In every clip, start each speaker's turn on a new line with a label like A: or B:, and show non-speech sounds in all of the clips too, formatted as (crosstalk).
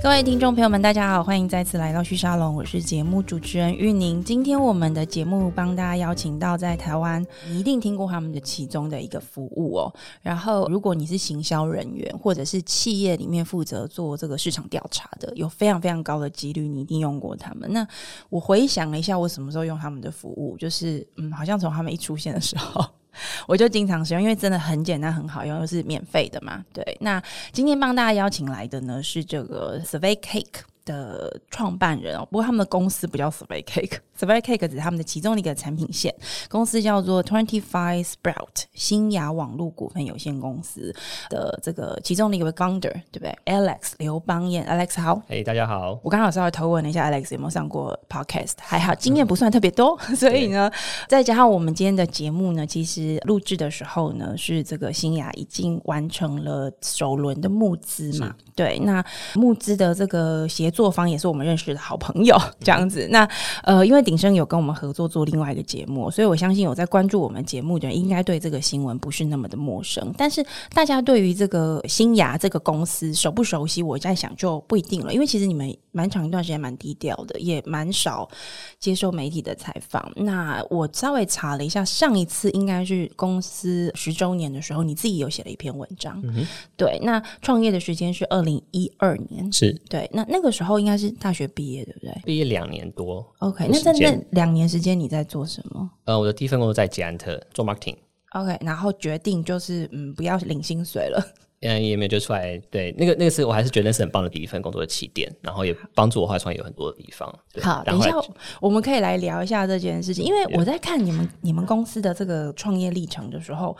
A: 各位听众朋友们，大家好，欢迎再次来到旭沙龙，我是节目主持人玉宁。今天我们的节目帮大家邀请到在台湾，你一定听过他们的其中的一个服务哦。然后，如果你是行销人员或者是企业里面负责做这个市场调查的，有非常非常高的几率你一定用过他们。那我回想了一下，我什么时候用他们的服务，就是嗯，好像从他们一出现的时候。 (laughs) 我就经常使用，因为真的很简单，很好用，又是免费的嘛。对，那今天帮大家邀请来的呢是这个 Survey Cake 的创办人哦，不过他们的公司不叫 Survey Cake，Survey Cake (laughs) 只是他们的其中的一个产品线，公司叫做 Twenty Five Sprout 新雅网络股份有限公司的这个其中的一个 founder，对不对？Alex 刘邦彦，Alex 好。
B: 嘿、大家好。
A: 我刚好稍微偷问了一下 Alex 有没有上过 podcast，还好经验不算特别多， (laughs) 所以呢，再加上我们今天的节目呢，其实录制的时候呢，是这个新雅已经完成了首轮的募资嘛，对，那募资的这个协作方也是我们认识的好朋友，这样子。那呃，因为鼎生有跟我们合作做另外一个节目，所以我相信有在关注我们节目的人，应该对这个新闻不是那么的陌生。但是大家对于这个新雅这个公司熟不熟悉，我在想就不一定了，因为其实你们蛮长一段时间蛮低调的，也蛮少接受媒体的采访。那我稍微查了一下，上一次应该是公司十周年的时候，你自己有写了一篇文章。对，那创业的时间是二零一二年。
B: 是
A: 对，那那个时候应该是大学毕业，对不对？
B: 毕业两年多，
A: OK，
B: 有
A: 那
B: 时
A: 在那
B: 间
A: 两年时间你在做什么
B: 呃，我的第一份工作在捷安特做 marketing，
A: ？OK，然后决定就是嗯，不要领薪水了。
B: 嗯，也没有就出来。对，那个那个是我还是觉得那是很棒的第一份工作的起点，然后也帮助我后来创业有很多的地方。对
A: 好，
B: 然
A: 等一
B: 后
A: 下哦
B: 后来
A: 我们可以来聊一下这件事情，因为我在看你们你们公司的这个创业历程的时候，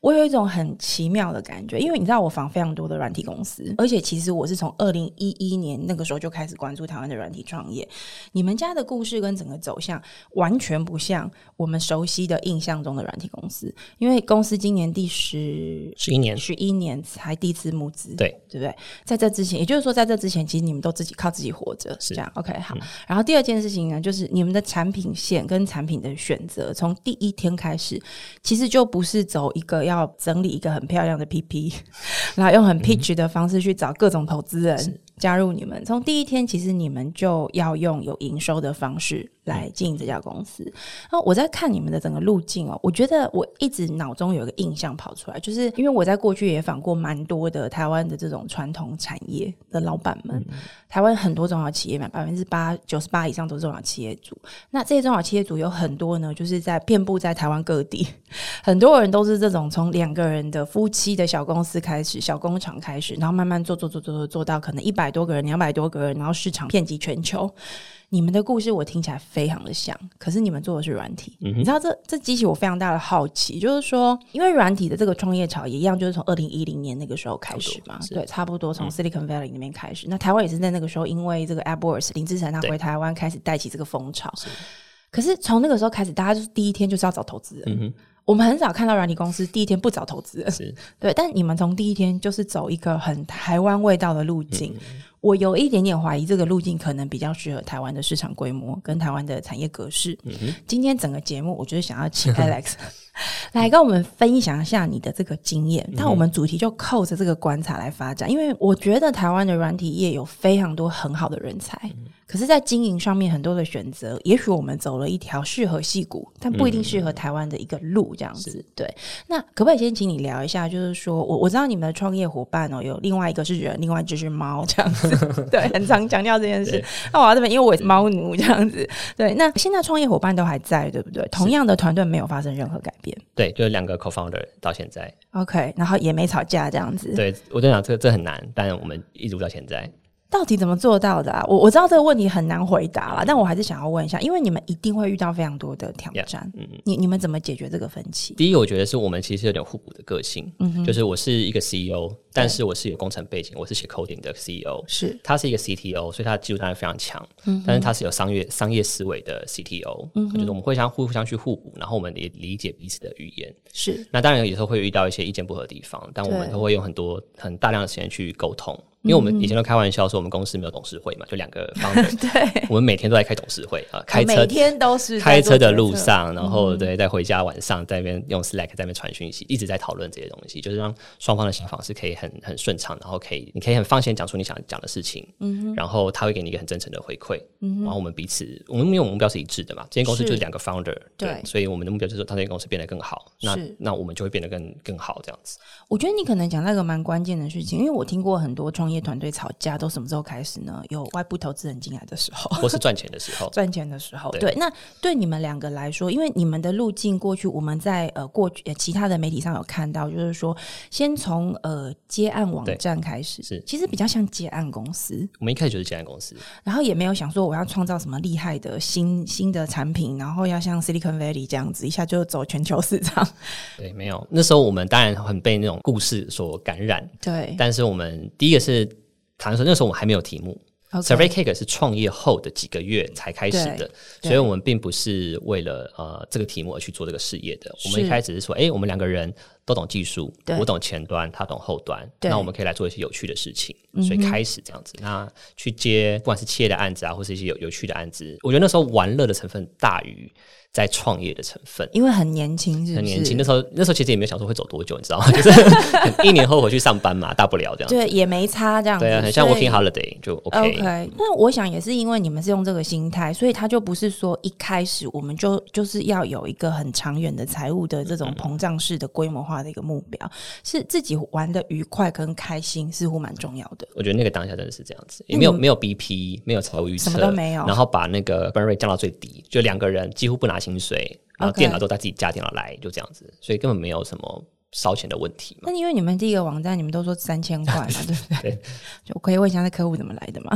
A: 我有一种很奇妙的感觉，因为你知道我访非常多的软体公司，而且其实我是从二零一一年那个时候就开始关注台湾的软体创业。你们家的故事跟整个走向完全不像我们熟悉的印象中的软体公司，因为公司今年第十
B: 十一年，
A: 十一年才第一次募资，
B: 对
A: 对不对？在这之前，也就是说，在这之前，其实你们都自己靠自己活着，是
B: 是嗯
A: 这样。OK，好。然后第二件事情呢，就是你们的产品线跟产品的选择，从第一天开始，其实就不是走一个要整理一个很漂亮的 PP，然 (laughs) 后用
B: 嗯
A: 很 pitch 的方式去找各种投资人加入你们。从第一天，其实你们就要用有营收的方式来
B: 嗯
A: 经营这家公司。那我在看你们的整个路径哦，我觉得我一直脑中有一个印象跑出来，就是因为我在过去也访过蛮多的台湾的这种传统产业的老板们，台湾很多中小企业嘛，百分之八九十八以上都是中小企业主。那这些中小企业主有很多呢，就是在遍布在台湾各地， (laughs) 很多人都是这种从两个人的夫妻的小公司开始，小工厂开始，然后慢慢做做做做做做到可能一百多个人、两百多个人，然后市场遍及全球。你们的故事我听起来非常的像，可是你们做的是软体，
B: 嗯
A: 你知道这这激起我非常大的好奇，就是说，因为软体的这个创业潮也一样，就是从二零一零年那个时候开始嘛，对，差不多从
B: 嗯
A: Silicon Valley 那边开始。那台湾也是在那个时候，因为这个 AppWorks 林志成他
B: 对
A: 回台湾开始带起这个风潮。可是从那个时候开始，大家就是第一天就是要找投资人。我们很少看到软体公司第一天不找投资人，
B: 嗯是
A: 对，但你们从第一天就是走一个很台湾味道的路径，我有一点点怀疑这个路径可能比较适合台湾的市场规模跟台湾的产业格式。今天整个节目，我就是想要请 Alex 来跟我们分享一下你的这个经验，但我们主题就扣着这个观察来发展，因为我觉得台湾的软体业有非常多很好的人才，可是，在经营上面很多的选择，也许我们走了一条适合戏骨，但不一定适合台湾的一个路，这样子。对，那可不可以先请你聊一下，就是说我我知道你们的创业伙伴哦，有另外一个是人，另外一只是猫，这样子。
B: (laughs)
A: 对，很常强调这件事
B: 对。
A: 那我要这边，因为我也是猫奴这样子。对，那现在创业伙伴都还在，对不对？同样的团队没有发生任何改变。
B: 对，就是两个 co-founder 到现在。
A: OK，然后也没吵架这样子。
B: 对，我在想这这很难，但我们一直到现在。
A: 到底怎么做到的啊？我我知道这个问题很难回答啦，但我还是想要问一下，因为你们一定会遇到非常多的挑战你你们怎么解决这个分歧？
B: 嗯第一，我觉得是我们其实有点互补的个性，
A: 嗯
B: 就是我是一个 CEO，但是我是有工程背景，我是写 coding 的 E CEO，
A: 是
B: 他是一个 CTO，所以他的技术当然非常强，
A: 嗯
B: 但是他是有商业商业思维的 CTO，、就是我们会相互互相去互补，然后我们也理解彼此的语言。
A: 是
B: 那当然有时候会遇到一些意见不合的地方，但我们
A: 对
B: 都会用很多很大量的时间去沟通，因为我们以前都开玩笑说我们公司没有董事会嘛，就两个方人，
A: (laughs) 对，
B: 我们每天都在开董事会啊，开车
A: 每天都是在
B: 开
A: 做
B: 车的
A: 决
B: 路
A: 策，嗯
B: 上，然后对，在回家晚上在那边用 Slack 在那边传讯息，一直在讨论这些东西，就是让双方的想法是可以很很顺畅，然后可以你可以很放心地讲出你想讲的事情，
A: 嗯
B: 然后他会给你一个很真诚的回馈，然后我们彼此我们因为我们目标是一致的嘛，这间公司
A: 是
B: 就是两个 founder，
A: 对
B: 所以我们的目标就是让这间公司变得更好，那
A: 是
B: 那我们就会变得更更好这样子。
A: 我觉得你可能讲那个蛮关键的事情，因为我听过很多创业团队吵架都什么时候开始呢？有外部投资人进来的时候。，
B: 或是赚钱的时候 (laughs)
A: 赚钱的时候，
B: 对
A: 对，那对你们两个来说，因为你们的路径过去，我们在呃过去呃其他的媒体上有看到，就是说先从呃接案网站开始，
B: 是
A: 其实比较像接案公司，
B: 我们一开始就是这家公司，
A: 然后也没有想说我要创造什么厉害的新新的产品，然后要像 Silicon Valley 这样子一下就走全球市场，
B: 对，没有。那时候我们当然很被那种故事所感染，
A: 对
B: 但是我们第一个是坦率说，那时候我们还没有题目。Survey Cake 是创业后的几个月才开始的
A: 对，
B: 所以我们并不是为了呃这个题目而去做这个事业的。我们一
A: 是
B: 开始是说，哎、我们两个人都懂技术，
A: 对
B: 我懂前端，他懂后端，
A: 对嗯
B: 那我们可以来做一些有趣的事情，所以开始这样子。那去接不管是企业的案子啊，或是一些有有趣的案子，我觉得那时候玩乐的成分大于在创业的成分。
A: 因为很年轻，是不是
B: 很年轻，那时候那时候其实也没有想说会走多久，你知道吗？ (laughs) 就是很一年后回去上班嘛，大不了这样。
A: 对，也没差这样子，
B: 对啊，很像
A: 所以
B: working holiday 就 OK。
A: OK，那我想也是因为你们是用这个心态，所以他就不是说一开始我们就就是要有一个很长远的财务的这
B: 嗯
A: 种膨胀式的规模化的一个目标，是自己玩的愉快跟开心似乎蛮重要的。
B: 我觉得那个当下真的是这样子，也没有没有 BP，没有财务预测，
A: 什么都没有
B: 然后把那个 burn rate 降到最低，就两个人几乎不拿薪水，然后
A: OK
B: 电脑都在自己家电脑来，就这样子，所以根本没有什么烧钱的问题嘛。
A: 那因为你们第一个网站你们都说三千块嘛，对
B: (laughs)
A: 不对？就我可以问一下那客户怎么来的吗？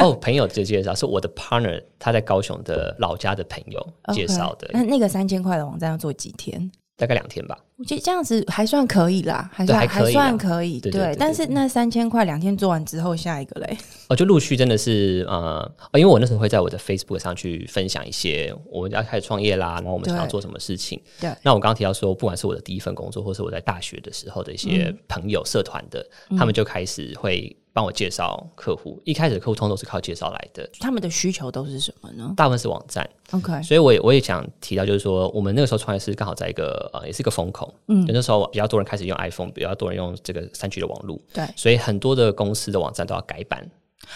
B: 哦，朋友就介绍是我的 partner，他在高雄的老家的朋友
A: OK，
B: 介绍的
A: 那那个三千块的网站要做几天？
B: 大概两天吧。
A: 我觉得这样子还算可以啦，还算
B: 对还可以啦
A: 算可以，
B: 对对对对
A: 但是那三千块两天做完之后，下一个嘞？ (laughs)
B: 哦，就陆续真的是呃、哦因为我那时候会在我的 Facebook 上去分享一些我们要开始创业啦，然后我们想要
A: 对
B: 做什么事情。
A: 对
B: 那我刚刚提到说，不管是我的第一份工作，或是我在大学的时候的一
A: 嗯
B: 些朋友、社团的，他们就开始会帮我介绍客户。一开始客户通都是靠介绍来的，
A: 他们的需求都是什么呢
B: 大部分是网站。
A: ？OK，
B: 所以我也我也想提到，就是说我们那个时候创业是刚好在一个呃，也是一个风口，嗯，那时候比较多人开始用 iPhone，比较多人用这个三 G 的网络，
A: 对
B: 所以很多的公司的网站都要改版。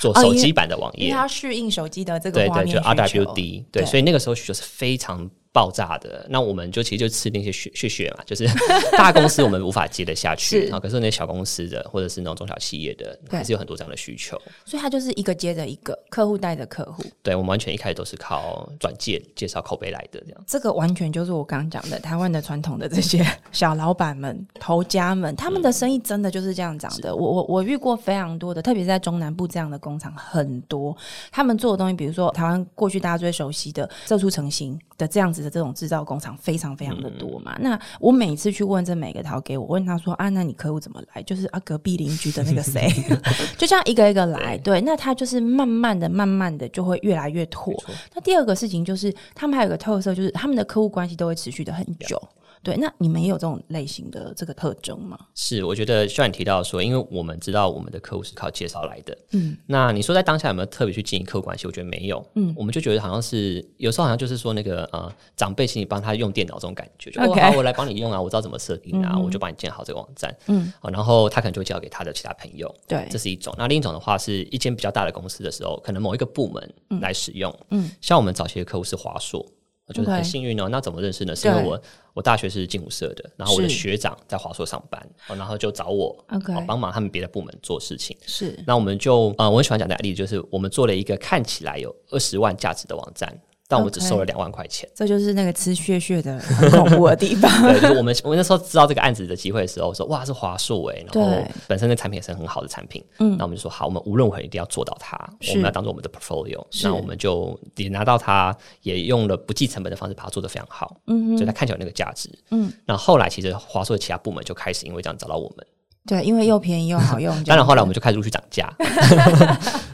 B: 做
A: 哦
B: 手
A: 因为
B: 机版的网
A: 因
B: 页，
A: 为它适应手机的这个
B: 对
A: 画
B: 对，
A: 面
B: 就
A: 需求
B: RWD，对，
A: 对
B: 所以那个时候需求是非常爆炸的。那我们就其实就吃那些血血血嘛，就是 (laughs) 大公司我们无法接得下
A: 是
B: 去啊，可是那些小公司的或者是那种中小企业的，还是有很多这样的需求。
A: 所以它就是一个接着一个，客户带着客户，
B: 对我们完全一开始都是靠转介介绍口碑来的这样。
A: 这个完全就是我刚刚讲的台湾的传统的这些 (laughs) 小老板们、头家们，他们的生意真的就是这样长的。我我我遇过非常多的，特别是在中南部这样的工厂很多，他们做的东西，比如说台湾过去大家最熟悉的射出成型的这样子的这种制造工厂，非常非常的多嘛。那我每次去问这每个淘给我，问他说啊，那你客户怎么来？就是啊，隔壁邻居的那个谁， (laughs) 就这样一个一个来。对，那他就是慢慢的、慢慢的就会越来越拓。那第二个事情就是，他们还有个特色，就是他们的客户关系都会持续的很久。对，那你们也有这种类型的这个特征吗？
B: 是，我觉得虽然提到说，因为我们知道我们的客户是靠介绍来的，嗯，那你说在当下有没有特别去经营客户关系？我觉得没有，嗯，我们就觉得好像是有时候好像就是说那个呃长辈请你帮他用电脑这种感觉，就
A: OK
B: 哦好，我来帮你用啊，我知道怎么设定啊，我就帮你建好这个网站，嗯，好，然后他可能就会介绍给他的其他朋友，
A: 对
B: 这是一种。那另一种的话，是一间比较大的公司的时候，可能某一个部门来使用，嗯，像我们早期的客户是华硕。我觉得很
A: OK
B: 幸运哦。那怎么认识呢？是因为
A: 对
B: 我我大学是劲舞社的，然后我的
A: 是
B: 学长在华硕上班，哦然后就找我
A: OK
B: 哦帮忙他们别的部门做事情。
A: 是
B: 那我们就呃，我很喜欢讲的例子就是，我们做了一个看起来有二十万价值的网站，但我们只
A: OK
B: 收了两万块钱。
A: 这就是那个吃血血的很恐怖的地方。
B: (laughs) 对，就是我们我那时候知道这个案子的机会的时候，我说哇是华硕哎，然后
A: 对
B: 本身的产品也是很好的产品，嗯，那我们就说好，我们无论如何一定要做到它，我们要当做我们的 portfolio，那我们就也拿到它，也用了不计成本的方式把它做得非常好，嗯，所以它看起来有那个价值，嗯，那后来其实华硕的其他部门就开始因为这样找到我们。
A: 对，因为又便宜又好用。
B: (laughs) 当然，后来我
A: 们
B: 们就开始陆续涨价， (laughs)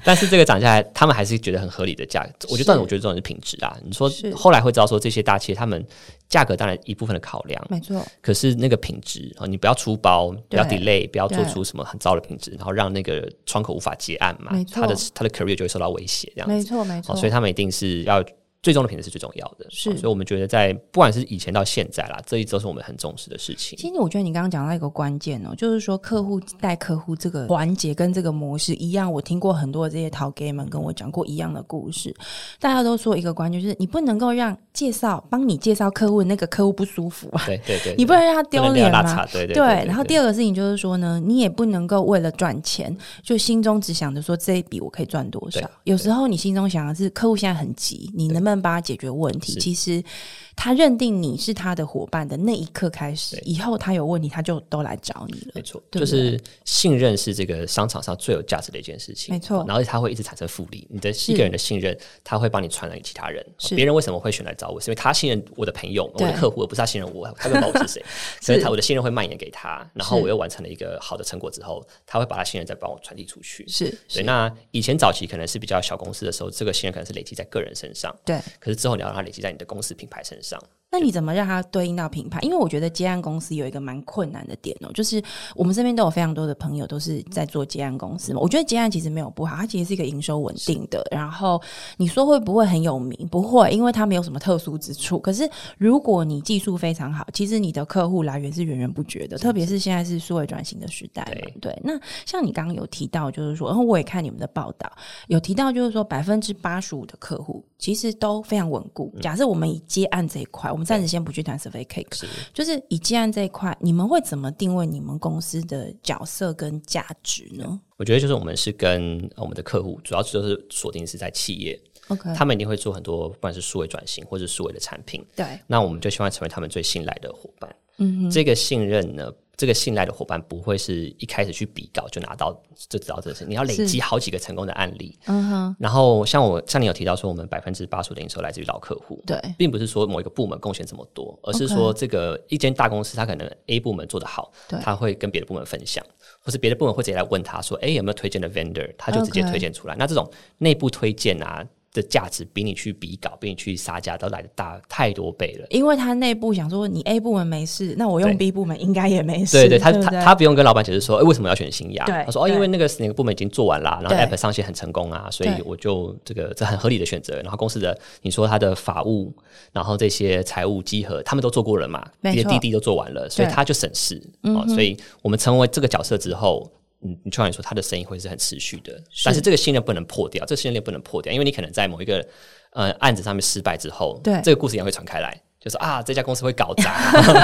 B: 但是这个涨价，他们还是觉得很合理的价。我觉得，但我觉得这种是品质啊。你说
A: 是
B: 后来会知道说这些大企业他们价格当然一部分的考量，
A: 没错，
B: 可是那个品质啊，你不要出包，不要
A: 对
B: delay，不要做
A: 对
B: 出什么很糟的品质，然后让那个窗口无法结案嘛
A: 没，
B: 他的
A: 错
B: 他的 career 就会受到威胁这样
A: 没
B: 子。
A: 错，没错。
B: 哦，所以他们一定是要最终的品质是最重要的。
A: 是
B: 哦所以我们觉得在不管是以前到现在啦，这一直都是我们很重视的事情。
A: 其实我觉得你刚刚讲到一个关键哦，就是说客户带客户这个环节跟这个模式一样，我听过很多这些淘 gay 们跟我讲过一样的故事，大家都说一个关键就是你不能够让介绍帮你介绍客户的那个客户不舒服啊，
B: 对对对，
A: 你不能让他丢
B: 不能
A: 脸
B: 拉
A: 嘛
B: 差，。对对
A: 对然后第
B: 二
A: 二个事情就是说呢，你也不能够为了赚钱，就心中只想着说这一笔我可以赚多
B: 对
A: 少。有时候你心中想的是客户现在很急，你能不能帮他解决问题？
B: 是
A: 其实他认定你是他的伙伴的那一刻开始
B: 对，
A: 以后他有问题他就都来找你了
B: 没。错，
A: 对
B: 就
A: 不对
B: 是信任是这个商场上最有价值的一件事情。
A: 没错
B: 然后它会一直产生复利，你的一个人的信任，他会帮你传染给其他人。
A: 是
B: 别人为什么会选来找我？是因为他信任我的朋友，我
A: 对
B: 的客户，而不是他信任我，他不知道我是
A: (laughs)
B: 谁，所以他我的信任会蔓延给他。然后
A: 是
B: 我又完成了一个好的成果之后，他会把他信任再帮我传递出去。
A: 是
B: 对，
A: 是，
B: 那以前早期可能是比较小公司的时候，这个信任可能是累积在个人身上，
A: 对。
B: 可是之后你要让它累积在你的公司品牌身上。
A: 那你怎么让它对应到品牌？因为我觉得接案公司有一个蛮困难的点哦，就是我们身边都有非常多的朋友都是在做接案公司嘛。我觉得接案其实没有不好，它其实是一个营收稳定的。然后你说会不会很有名？不会，因为它没有什么特殊之处。可是如果你技术非常好，其实你的客户来源是源源不绝的，特别是现在是数位转型的时代嘛。对，那像你刚刚有提到，就是说，然后我也看你们的报道，有提到就是说百分之八十五的客户其实都非常稳固。
B: 嗯
A: 假设我们以接案这一块，我们暂时先不去谈 survey cake，
B: 是
A: 就是以接案这一块，你们会怎么定位你们公司的角色跟价值呢
B: 我觉得就是我们是跟呃我们的客户，主要就是锁定是在企业，
A: ？OK，
B: 他们一定会做很多，不管是数位转型或者数位的产品。
A: 对，
B: 那我们就希望成为他们最信赖的伙伴。嗯，这个信任呢，这个信赖的伙伴不会是一开始去比稿就拿到就知道这事，你要累积好几个成功的案例。
A: 嗯哼，
B: 然后像我像你有提到说，我们百分之八十的营收来自于老客户，
A: 对，
B: 并不是说某一个部门贡献这么多，而是
A: OK
B: 说这个一间大公司，它可能 A 部门做得好
A: 对，
B: 它会跟别的部门分享，或是别的部门会直接来问他说：“哎、有没有推荐的 vendor？” 他就直接
A: OK
B: 推荐出来。那这种内部推荐啊的价值，比你去比稿、比你去杀价都来的大太多倍了。
A: 因为他内部想说你 A 部门没事，那我用
B: 对
A: B 部门应该也没事，
B: 对
A: 对
B: 对，他
A: 不
B: 他
A: 对哦
B: 他不用跟老板解释说，哎、为什么要选新雅？
A: 对
B: 他说哦，
A: 对
B: 因为那个哪个部门已经做完啦，然后
A: 对
B: app 上线很成功啊，所以
A: 对
B: 我就这个这很合理的选择。然后公司的你说他的法务，然后这些财务稽核，他们都做过了嘛，
A: 没
B: 这
A: 错
B: 些滴滴都做完了，所以
A: 对嗯
B: 他就省事哦。所以我们成为这个角色之后。嗯你你就像你说，他的生意会是很持续的，但是这个信任不能破掉，这个信任不能破掉，因为你可能在某一个呃案子上面失败之后，
A: 对
B: 这个故事也会传开来，就是啊这家公司会搞砸，
A: (laughs)
B: (laughs)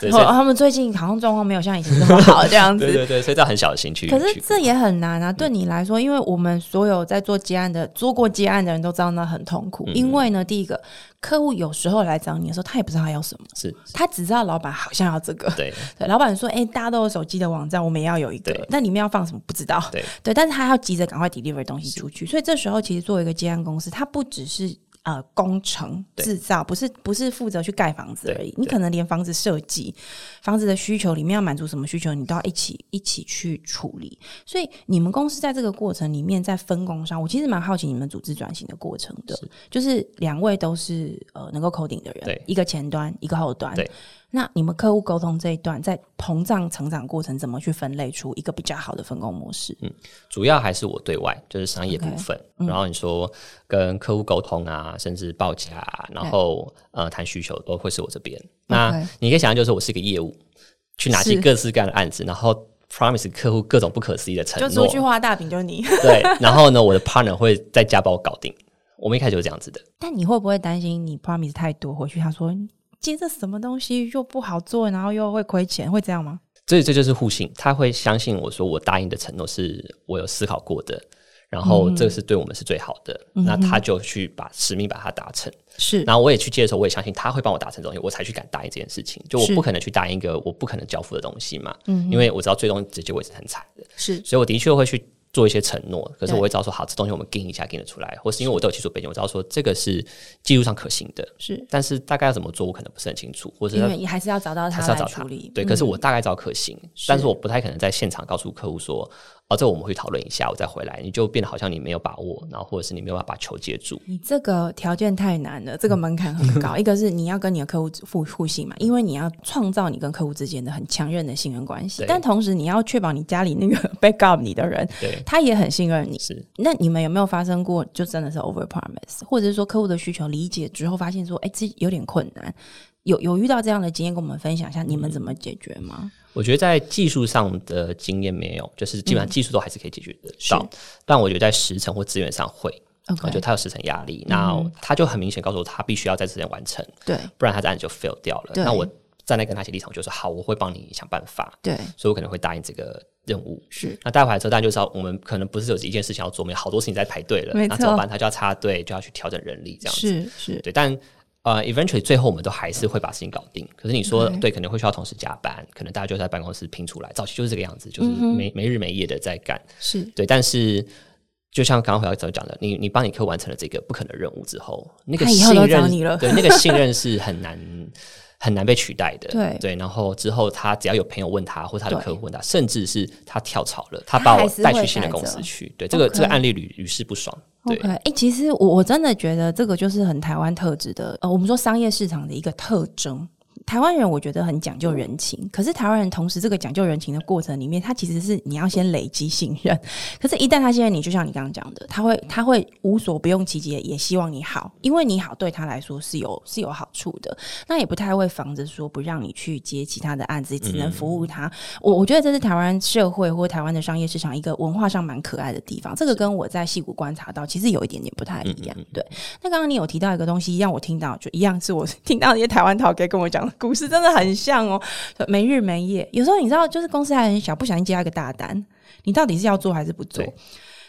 B: 对
A: 哦
B: 所以
A: 他们最近好像状况没有像以前这么好这样子
B: 对。对对，所以这样很小心去。
A: 可是
B: 去
A: 这也很难啊，对
B: 嗯
A: 你来说，因为我们所有在做接案的、做过接案的人都知道那很痛
B: 嗯
A: 苦。因为呢，第一个客户有时候来找你的时候，他也不知道他要什么，
B: 是，
A: 他只知道老板好像要这个。 (laughs)
B: 对
A: 对，老板说：“哎、大家都有手机的网站，我们也要有一个
B: 对，
A: 那里面要放什么不知道。”
B: 对
A: (laughs) 对，但是他要急着赶快 deliver 东西出去，所以这时候其实作为一个接案公司，它不只是呃工程
B: 对
A: 制造，不是不是负责去盖房子
B: 对
A: 而已，你
B: 对
A: 可能连房子设计、房子的需求里面要满足什么需求，你都要一起一起去处理。所以你们公司在这个过程里面在分工上，我其实蛮好奇你们组织转型的过程的，就是两位都是呃能够 coding 的人
B: 对，
A: 一个前端，一个后端，
B: 对。
A: 那你们客户沟通这一段，在膨胀成长过程，怎么去分类出一个比较好的分工模式？
B: 嗯主要还是我对外，就是商业部
A: OK，嗯
B: 分。然后你说跟客户沟通啊，甚至报价、啊，然后呃谈需求都会是我这边。那
A: OK
B: 你可以想象，就是我是一个业务，去拿起
A: 是
B: 各式各样的案子，然后 promise 客户各种不可思议的承
A: 就
B: 诺
A: 出，去画大饼，就是你。
B: 对。然后呢，我的 partner 会在家帮我搞定。我们一开始就是这样子的，
A: (laughs) 但你会不会担心你 promise 太多，回去他说你接这什么东西又不好做，然后又会亏钱，会这样吗？
B: 所以这就是互信，他会相信我说我答应的承诺是我有思考过的，然后这
A: 嗯
B: 是对我们是最好的，那他就去把使命把它达成。
A: 是
B: 然后我也去接的时候，我也相信他会帮我达成这种东西，我才去敢答应这件事情。就我
A: 是嗯
B: 不可能去答应一个我不可能交付的东西嘛，因为我知道最终结结果也是很惨的。
A: 是
B: 所以我的确会去做一些承诺，可是
A: 对
B: 我会知道说，好，这东西我们定一下，定得出来，或是因为我都有技术背景，我知道说这个是技术上可行的，
A: 是
B: 但是大概要怎么做，我可能不是很清楚，或者
A: 因为你还是要找到
B: 还
A: 他
B: 是要
A: 来
B: 找
A: 处
B: 他
A: 理。。
B: 对，
A: 嗯
B: 可是我大概知道可行，但是我不太可能在现场告诉客户说，哦，这我们会讨论一下，我再回来，你就变得好像你没有把握，然后或者是你没有办法把球接住。
A: 你这个条件太难了，这
B: 嗯
A: 个门槛很
B: (laughs)
A: 高。一个是你要跟你的客户互互信嘛，因为你要创造你跟客户之间的很强韧的信任关系
B: 对，
A: 但同时你要确保你家里那个 (laughs) backup 你的人，
B: 对，
A: 他也很信任你。
B: 是
A: 那你们有没有发生过，就真的是 over promise，或者是说客户的需求理解之后，发现说，哎、这有点困难，有有遇到这样的经验，跟我们分享一下，你
B: 嗯
A: 们怎么解决吗？
B: 我觉得在技术上的经验没有，就是
A: 嗯
B: 基本上技术都还是可以解决得到，但我觉得在时程或资源上会，我
A: OK，嗯
B: 觉得他有时程压力，那他就很明显告诉我他必须要在之前完成，
A: 对
B: 不然他的案子就 fail 掉了。
A: 对
B: 那我站在跟他一起立场，我就说好，我会帮你想办法，
A: 对
B: 所以我可能会答应这个任务。
A: 是
B: 那带回来之后，大家就知道我们可能不是只有一件事情要做，我们有好多事情在排队了。
A: 没
B: 那怎么
A: 错
B: 办？他就要插队，就要去调整人力这样子。
A: 是是，
B: 对，但呃，eventually 最后我们都还是会把事情搞定。可是你说
A: OK
B: 对，可能会需要同时加班，可能大家就在办公室拼出来。早期就是这个样子，就是
A: 嗯
B: 没、没日没夜的在干。
A: 是
B: 对，但是就像刚刚回到早讲的，你你帮你客户完成了这个不可能任务之后，那个
A: 他以后都
B: 信
A: 找
B: 任
A: 你了
B: 对那个信任是很难。很难被取代的，
A: 对
B: 然后之后，他只要有朋友问他，或他的
A: 对
B: 客户问他，甚至是他跳槽了，他
A: 他
B: 把
A: 还
B: 我
A: 是
B: 带
A: 会
B: 去新的
A: 带
B: 公
A: 着
B: 司去，对这个
A: OK
B: 这个案例屡屡试不爽，对
A: OK，哎、诶其实我我真的觉得这个就是很台湾特质的，呃，我们说商业市场的一个特征。台湾人我觉得很讲究人情，可是台湾人同时这个讲究人情的过程里面，他其实是你要先累积信任，可是，一旦他信任你，就像你刚刚讲的，他会他会无所不用其极，也希望你好，因为你好对他来说是有是有好处的。那也不太会防着说不让你去接其他的案子，只能服务他。我我觉得这是台湾社会或台湾的商业市场一个文化上蛮可爱的地方。这个跟我在戏谷观察到，其实有一点点不太一样。对，那刚刚你有提到一个东西，让我听到就一样是我 (laughs) 听到一些台湾陶给跟我讲的故事，真的很像哦，就没日没夜。有时候你知道，就是公司还很小，不小心接到一个大单，你到底是要做还是不做
B: 对？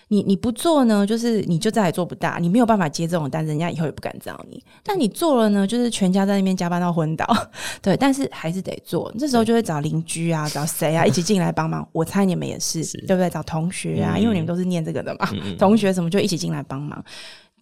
A: 你你不做呢，就是你就再也做不大，你没有办法接这种单，人家以后也不敢找你。但你做了呢，就是全家在那边加班到昏倒， (laughs) 对，但是还是得做。这时候就会找邻居啊，找谁啊一起进来帮忙。我猜你们也是，
B: 是
A: 对不对？找同学啊，
B: 嗯
A: 因为你们都是念这个的嘛， (laughs) 同学什么就一起进来帮忙。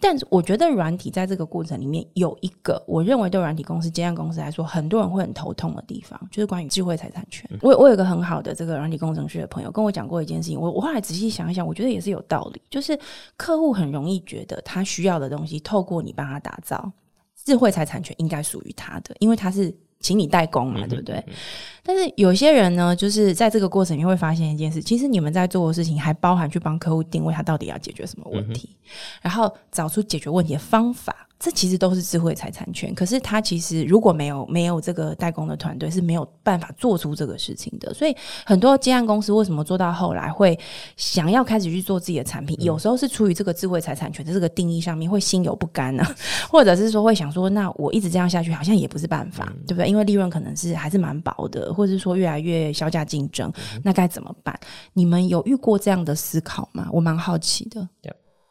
A: 但是我觉得软体在这个过程里面有一个，我认为对软体公司、接案公司来说，很多人会很头痛的地方，就是关于智慧财产权。我我有一个很好的这个软体工程师的朋友跟我讲过一件事情，我我后来仔细想一想，我觉得也是有道理，就是客户很容易觉得他需要的东西，透过你帮他打造，智慧财产权应该属于他的，因为他是请你代工嘛，对不对？但是有些人呢，就是在这个过程里面会发现一件事，其实你们在做的事情还包含去帮客户定位他到底要解决什么问题，然后找出解决问题的方法。这其实都是智慧财产权，可是他其实如果没有没有这个代工的团队是没有办法做出这个事情的。所以很多接案公司为什么做到后来会想要开始去做自己的产品，有时候是出于这个智慧财产权的这个定义上面会心有不甘啊呢、或者是说会想说，那我一直这样下去好像也不是办法，对不对？因为利润可能是还是蛮薄的，或者是说越来越销价竞争，那该怎么办？你们有遇过这样的思考吗？我蛮好奇的。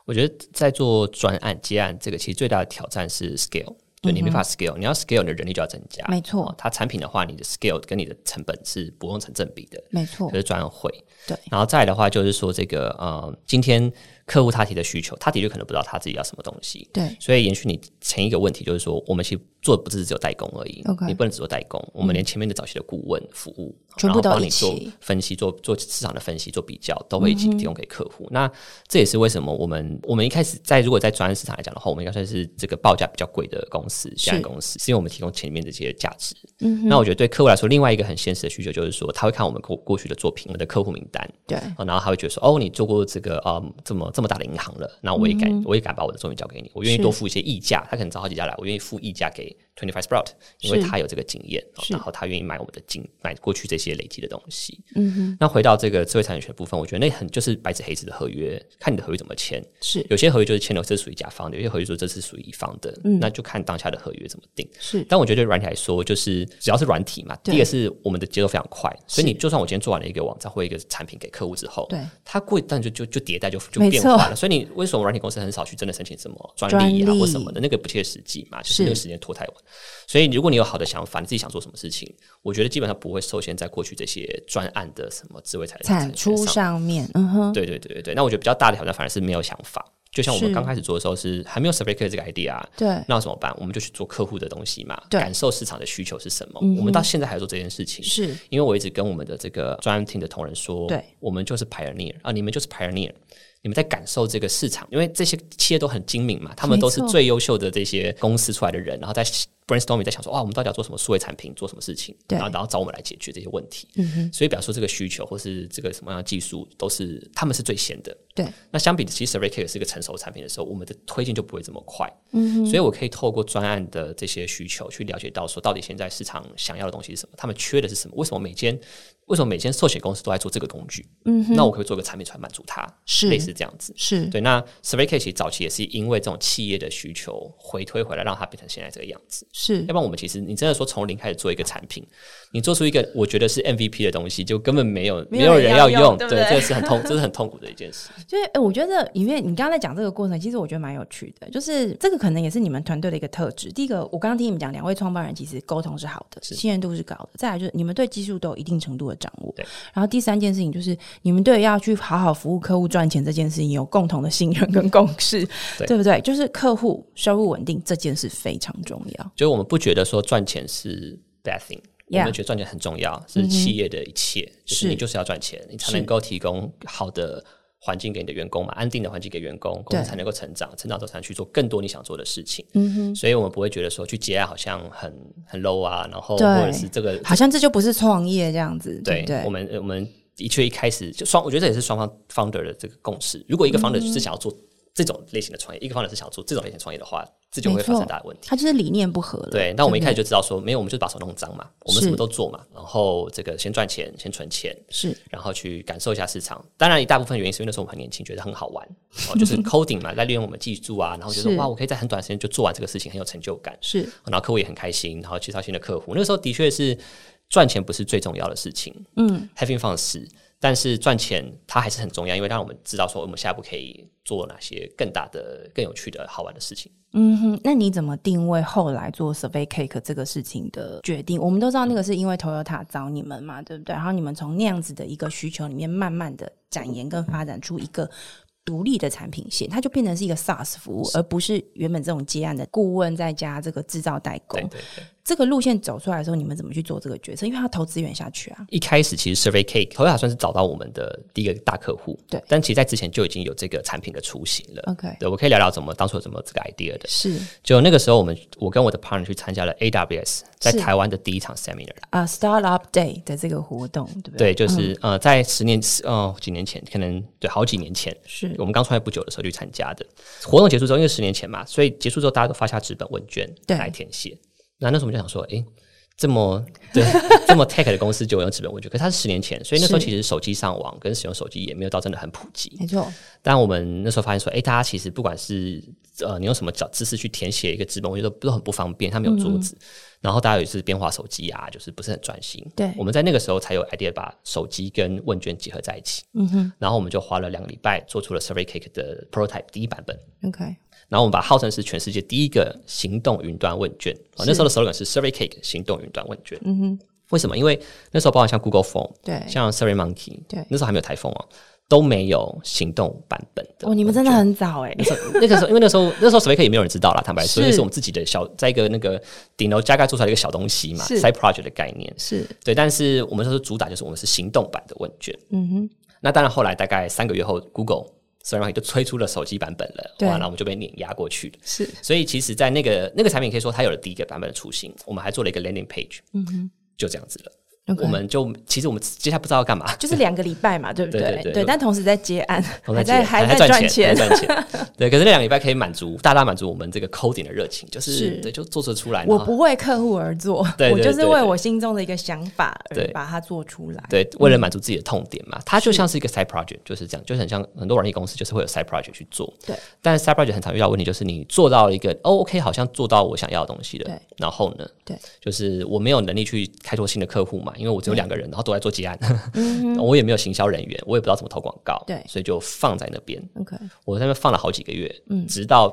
B: 我觉得在做专案接案这个，其实最大的挑战是 scale，就你没法 scale，、你要 scale，你的人力就要增加。
A: 嗯没错
B: 哦它产品的话，你的 scale 跟你的成本是不用成正比的，
A: 没错
B: 可，是专案会。
A: 对
B: 然后再来的话，就是说这个呃，今天客户他提的需求，他的确可能不知道他自己要什么东西。
A: 对，
B: 所以延续你前一个问题，就是说，我们其实做的不是只有代工而已
A: OK 嗯
B: 你不能只做代工，我们连前面的早期的顾问服务，
A: 全
B: 然
A: 部
B: 后
A: 都
B: 帮
A: 一
B: 你
A: 起嗯
B: 做分析、做做市场的分析、做比较，都会一起提供给客户。那这也是为什么我们我们一开始在如果在专案市场来讲的话，我们应该算是这个报价比较贵的公司，这样公司是因为我们提供前面这些价值。
A: 嗯
B: 那我觉得对客户来说，另外一个很现实的需求就是说，他会看我们过过去的作品、我们的客户名单，
A: 对，
B: 哦然后他会觉得说，哦，你做过这个啊、嗯这么这么大的银行了，那我也敢、我也敢把我的作品交给你，我愿意
A: 嗯是
B: 多付一些溢价，他可能找好几家来，我愿意付溢价给 Twenty Five Sprout，因为
A: 是
B: 他有这个经验，哦
A: 是
B: 然后他愿意买我们的经买过去这些累积的东西。嗯哼，那回到这个智慧财产权部分，我觉得那很就是白纸黑字的合约，看你的合约怎么签，
A: 是
B: 有些合约就是签了这是属于甲方的，有些合约说这是属于乙方的，
A: 嗯
B: 那就看当下的合约怎么定。
A: 是
B: 但我觉得对软体来说，就是只要是软体嘛，
A: 对
B: 第一个是我们的节奏非常快，所以你就算我今天做完了一个网站或一个产品给客户之后，
A: 对
B: 它过一段就就就迭代就就
A: 没
B: 变
A: 错
B: 化了。所以你为什么软体公司很少去真的申请什么专利啊
A: 专利
B: 或什么的，那个不切实际嘛，就是
A: 是
B: 那个时间拖太晚。所以，如果你有好的想法，你自己想做什么事情，我觉得基本上不会受限在过去这些专案的什么智慧财
A: 产出
B: 上。
A: 上面，嗯哼，
B: 对对对对对。那我觉得比较大的挑战反而是没有想法。就像我们
A: 是
B: 刚开始做的时候是还没有 survey care 这个 idea，啊
A: 对，
B: 那怎么办？我们就去做客户的东西嘛，
A: 对
B: 感受市场的需求是什么。
A: 嗯哼
B: 我们到现在还在做这件事情，
A: 是
B: 因为我一直跟我们的这个专案 team 的同仁说，
A: 对，
B: 我们就是 pioneer 啊，你们就是 pioneer。你们在感受这个市场，因为这些企业都很精明嘛，他们
A: 没
B: 都是
A: 错
B: 最优秀的这些公司出来的人，然后在 brainstorming 在想说，哇，我们到底要做什么数位产品，做什么事情，
A: 对
B: 然后然后找我们来解决这些问题。
A: 嗯哼，
B: 所以，表示这个需求或是这个什么样的技术，都是他们是最先的。
A: 对，
B: 那相比其实 Survey Care 是一个成熟产品的时候，我们的推进就不会这么快。
A: 嗯
B: 所以我可以透过专案的这些需求去了解到，说到底现在市场想要的东西是什么，他们缺的是什么，为什么每间为什么每间寿险公司都在做这个工具？
A: 嗯哼，
B: 那我可以做个产品出来满足它，
A: 是
B: 类似这样子。
A: 是
B: 对，那 Survey Care 其实早期也是因为这种企业的需求回推回来，让它变成现在这个样子。
A: 是
B: 要不然我们其实你真的说从零开始做一个产品，你做出一个我觉得是 MVP 的东西，就根本没有
A: 没
B: 没
A: 有
B: 有
A: 人
B: 人
A: 要用
B: 用，
A: 对不
B: 对，
A: 对
B: 这是很痛，这是很痛苦的一件事。
A: 就是，哎、我觉得因为你刚刚在讲这个过程，其实我觉得蛮有趣的。就是这个可能也是你们团队的一个特质。第一个，我刚刚听你们讲，两位创办人其实沟通是好的，信任度是高的。再来就是你们对技术都有一定程度的掌握
B: 对。
A: 然后第三件事情就是你们对要去好好服务客户赚钱这件事情有共同的信任跟共识，
B: (laughs) 对
A: 不对？就是客户收入稳定这件事非常重要。
B: 就是我们不觉得说赚钱是 bad thing。我
A: Yeah 嗯
B: 们觉得赚钱很重要，是企业的一切，就是
A: 是
B: 你就是要赚钱，你才
A: 是
B: 能够提供好的环境给你的员工嘛，安定的环境给员工，公
A: 对
B: 司才能够成长，成长之后才能去做更多你想做的事情。
A: 嗯哼，
B: 所以我们不会觉得说去接案好像很很 low 啊，然后
A: 对
B: 或者是这个
A: 好像这就不是创业这样子，对
B: 对
A: 不对？
B: 我们我们的确一开始就双，我觉得这也是双方 founder 的这个共识。如
A: 嗯
B: 果一个 founder 是想要做这种类型的创业，一个 founder 是想要做这种类型的创业的话，这就
A: 没
B: 会发生
A: 错
B: 大的问题。
A: 它就是理念不合了。
B: 对，那我们一
A: 对不
B: 开
A: 对
B: 始就知道说，没有，我们就把手弄脏嘛，我
A: 哦
B: 们
A: 是
B: 什么都做嘛，然后这个先赚钱，先存钱，
A: 是
B: 然后去感受一下市场。当然，一大部分原因是因为那时候我们很年轻，觉得很好玩，哦，就是 coding 嘛，在利用我们技术啊，然后觉得
A: 是
B: 哇，我可以在很短时间就做完这个事情，很有成就感。哦
A: 是
B: 然后客户也很开心，然后介绍新的客户。那个时候的确是赚钱不是最重要的事情，嗯，having fun 是，但是赚钱它还是很重要，因为让我们知道说我们下一步可以做哪些更大的、更有趣的好玩的事情。
A: 嗯哼，那你怎么定位后来做 Survey Cake 这个事情的决定？我们都知道那个是因为 Toyota 找你们嘛，对不对？然后你们从那样子的一个需求里面，慢慢的展延跟发展出一个独立的产品线，它就变成是一个 SaaS 服务，而不是原本这种接案的顾问再加这个制造代
B: 对
A: 工。
B: 对对。
A: 这个路线走出来的时候，你们怎么去做这个决策？因为它要投资源下去啊。
B: 一开始其实 Survey Cake Toyota 算是找到我们的第一个大客户，
A: 对
B: 但其实在之前就已经有这个产品的雏形了。
A: OK
B: 对，我可以聊聊怎么当初有怎么这个 idea 的。
A: 是
B: 就那个时候，我们我跟我的 partner 去参加了 AWS 在
A: 是
B: 台湾的第一场 seminar。
A: 啊、s t a r t Up Day 的这个活动，对不对？嗯
B: 对，就是、呃，在十年呃几年前，可能对好几年前，
A: 是
B: 我们刚创业不久的时候去参加的。活动结束之后，因为十年前嘛，所以结束之后大家都发下纸本问卷
A: 对
B: 来填写。那那时候我们就想说，诶，这么对这么 tech 的公司就有用纸本问卷，可是它是十年前，所以那时候
A: 是
B: 其实手机上网跟使用手机也没有到真的很普及。
A: 没错，
B: 但我们那时候发现说，哎、大家其实不管是呃，你用什么角姿势去填写一个纸本，我觉得都很不方便，它没有桌子。
A: 嗯
B: 然后大家有一次边划手机啊，就是不是很专心。
A: 对
B: 我们在那个时候才有 idea 把手机跟问卷结合在一起。
A: 嗯哼
B: 然后我们就花了两个礼拜做出了 Survey Cake 的 prototype 第一版本。
A: ，OK，
B: 然后我们把号称是全世界第一个行动云端问卷，哦、那时候的 slogan 是 Survey Cake 行动云端问卷。
A: 嗯哼，
B: 为什么？因为那时候包含像 Google Form、
A: 对。
B: 像 Survey Monkey，
A: 对
B: 那时候还没有台风哦，都没有行动版本的。
A: 哦，你们真的很早哎、
B: (laughs) 那个时候，因为那时候那时候 Survey 也没有人知道啦，坦白说，
A: 是
B: 那是我们自己的小，在一个那个顶楼加盖做出来的一个小东西嘛
A: 是
B: ，side project 的概念。
A: (laughs) 是，
B: 对，但是我们说是主打就是我们是行动版的问卷。
A: 嗯哼，
B: 那当然，后来大概三个月后，Google Survey Monkey 就推出了手机版本了，
A: 对
B: 哇，那我们就被碾压过去了。
A: 是
B: 所以其实，在那个那个产品可以说它有了第一个版本的雏形，我们还做了一个 landing page，嗯哼，就这样子了。
A: OK
B: 我们就其实我们接下来不知道要干嘛，
A: 就是两个礼拜嘛，对不
B: 对
A: 对
B: 对对
A: 但同时在接案，
B: 都
A: 还
B: 在接
A: 还
B: 还
A: 在
B: 赚
A: 钱
B: 还。在
A: (laughs)
B: 赚钱。对，可是那两个礼拜可以满足大大满足我们这个 coding 的热情，就是
A: 是
B: 对，就做得出来。
A: 我
B: 然后
A: 不为客户而做，
B: (laughs) 对对
A: 我就是
B: 对
A: 为
B: 对
A: 我心中的一个想法而
B: 对
A: 把它做出来。
B: 对，为了满足自己的痛点嘛，它就像是一个 side project，就是这样，就很像很多软件公司就是会有 side project 去做。
A: 对，
B: 但是 side project 很常遇到的问题就是你做到了一个哦 OK，好像做到我想要的东西了，
A: 对，
B: 然后呢，
A: 对，
B: 就是我没有能力去开拓新的客户嘛，因为我只有两个人，然后都在做结案， (laughs) 我也没有行销人员，我也不知道怎么投广告，
A: 嗯对
B: 所以就放在那边，
A: OK，嗯
B: 我在那边放了好几个月，直到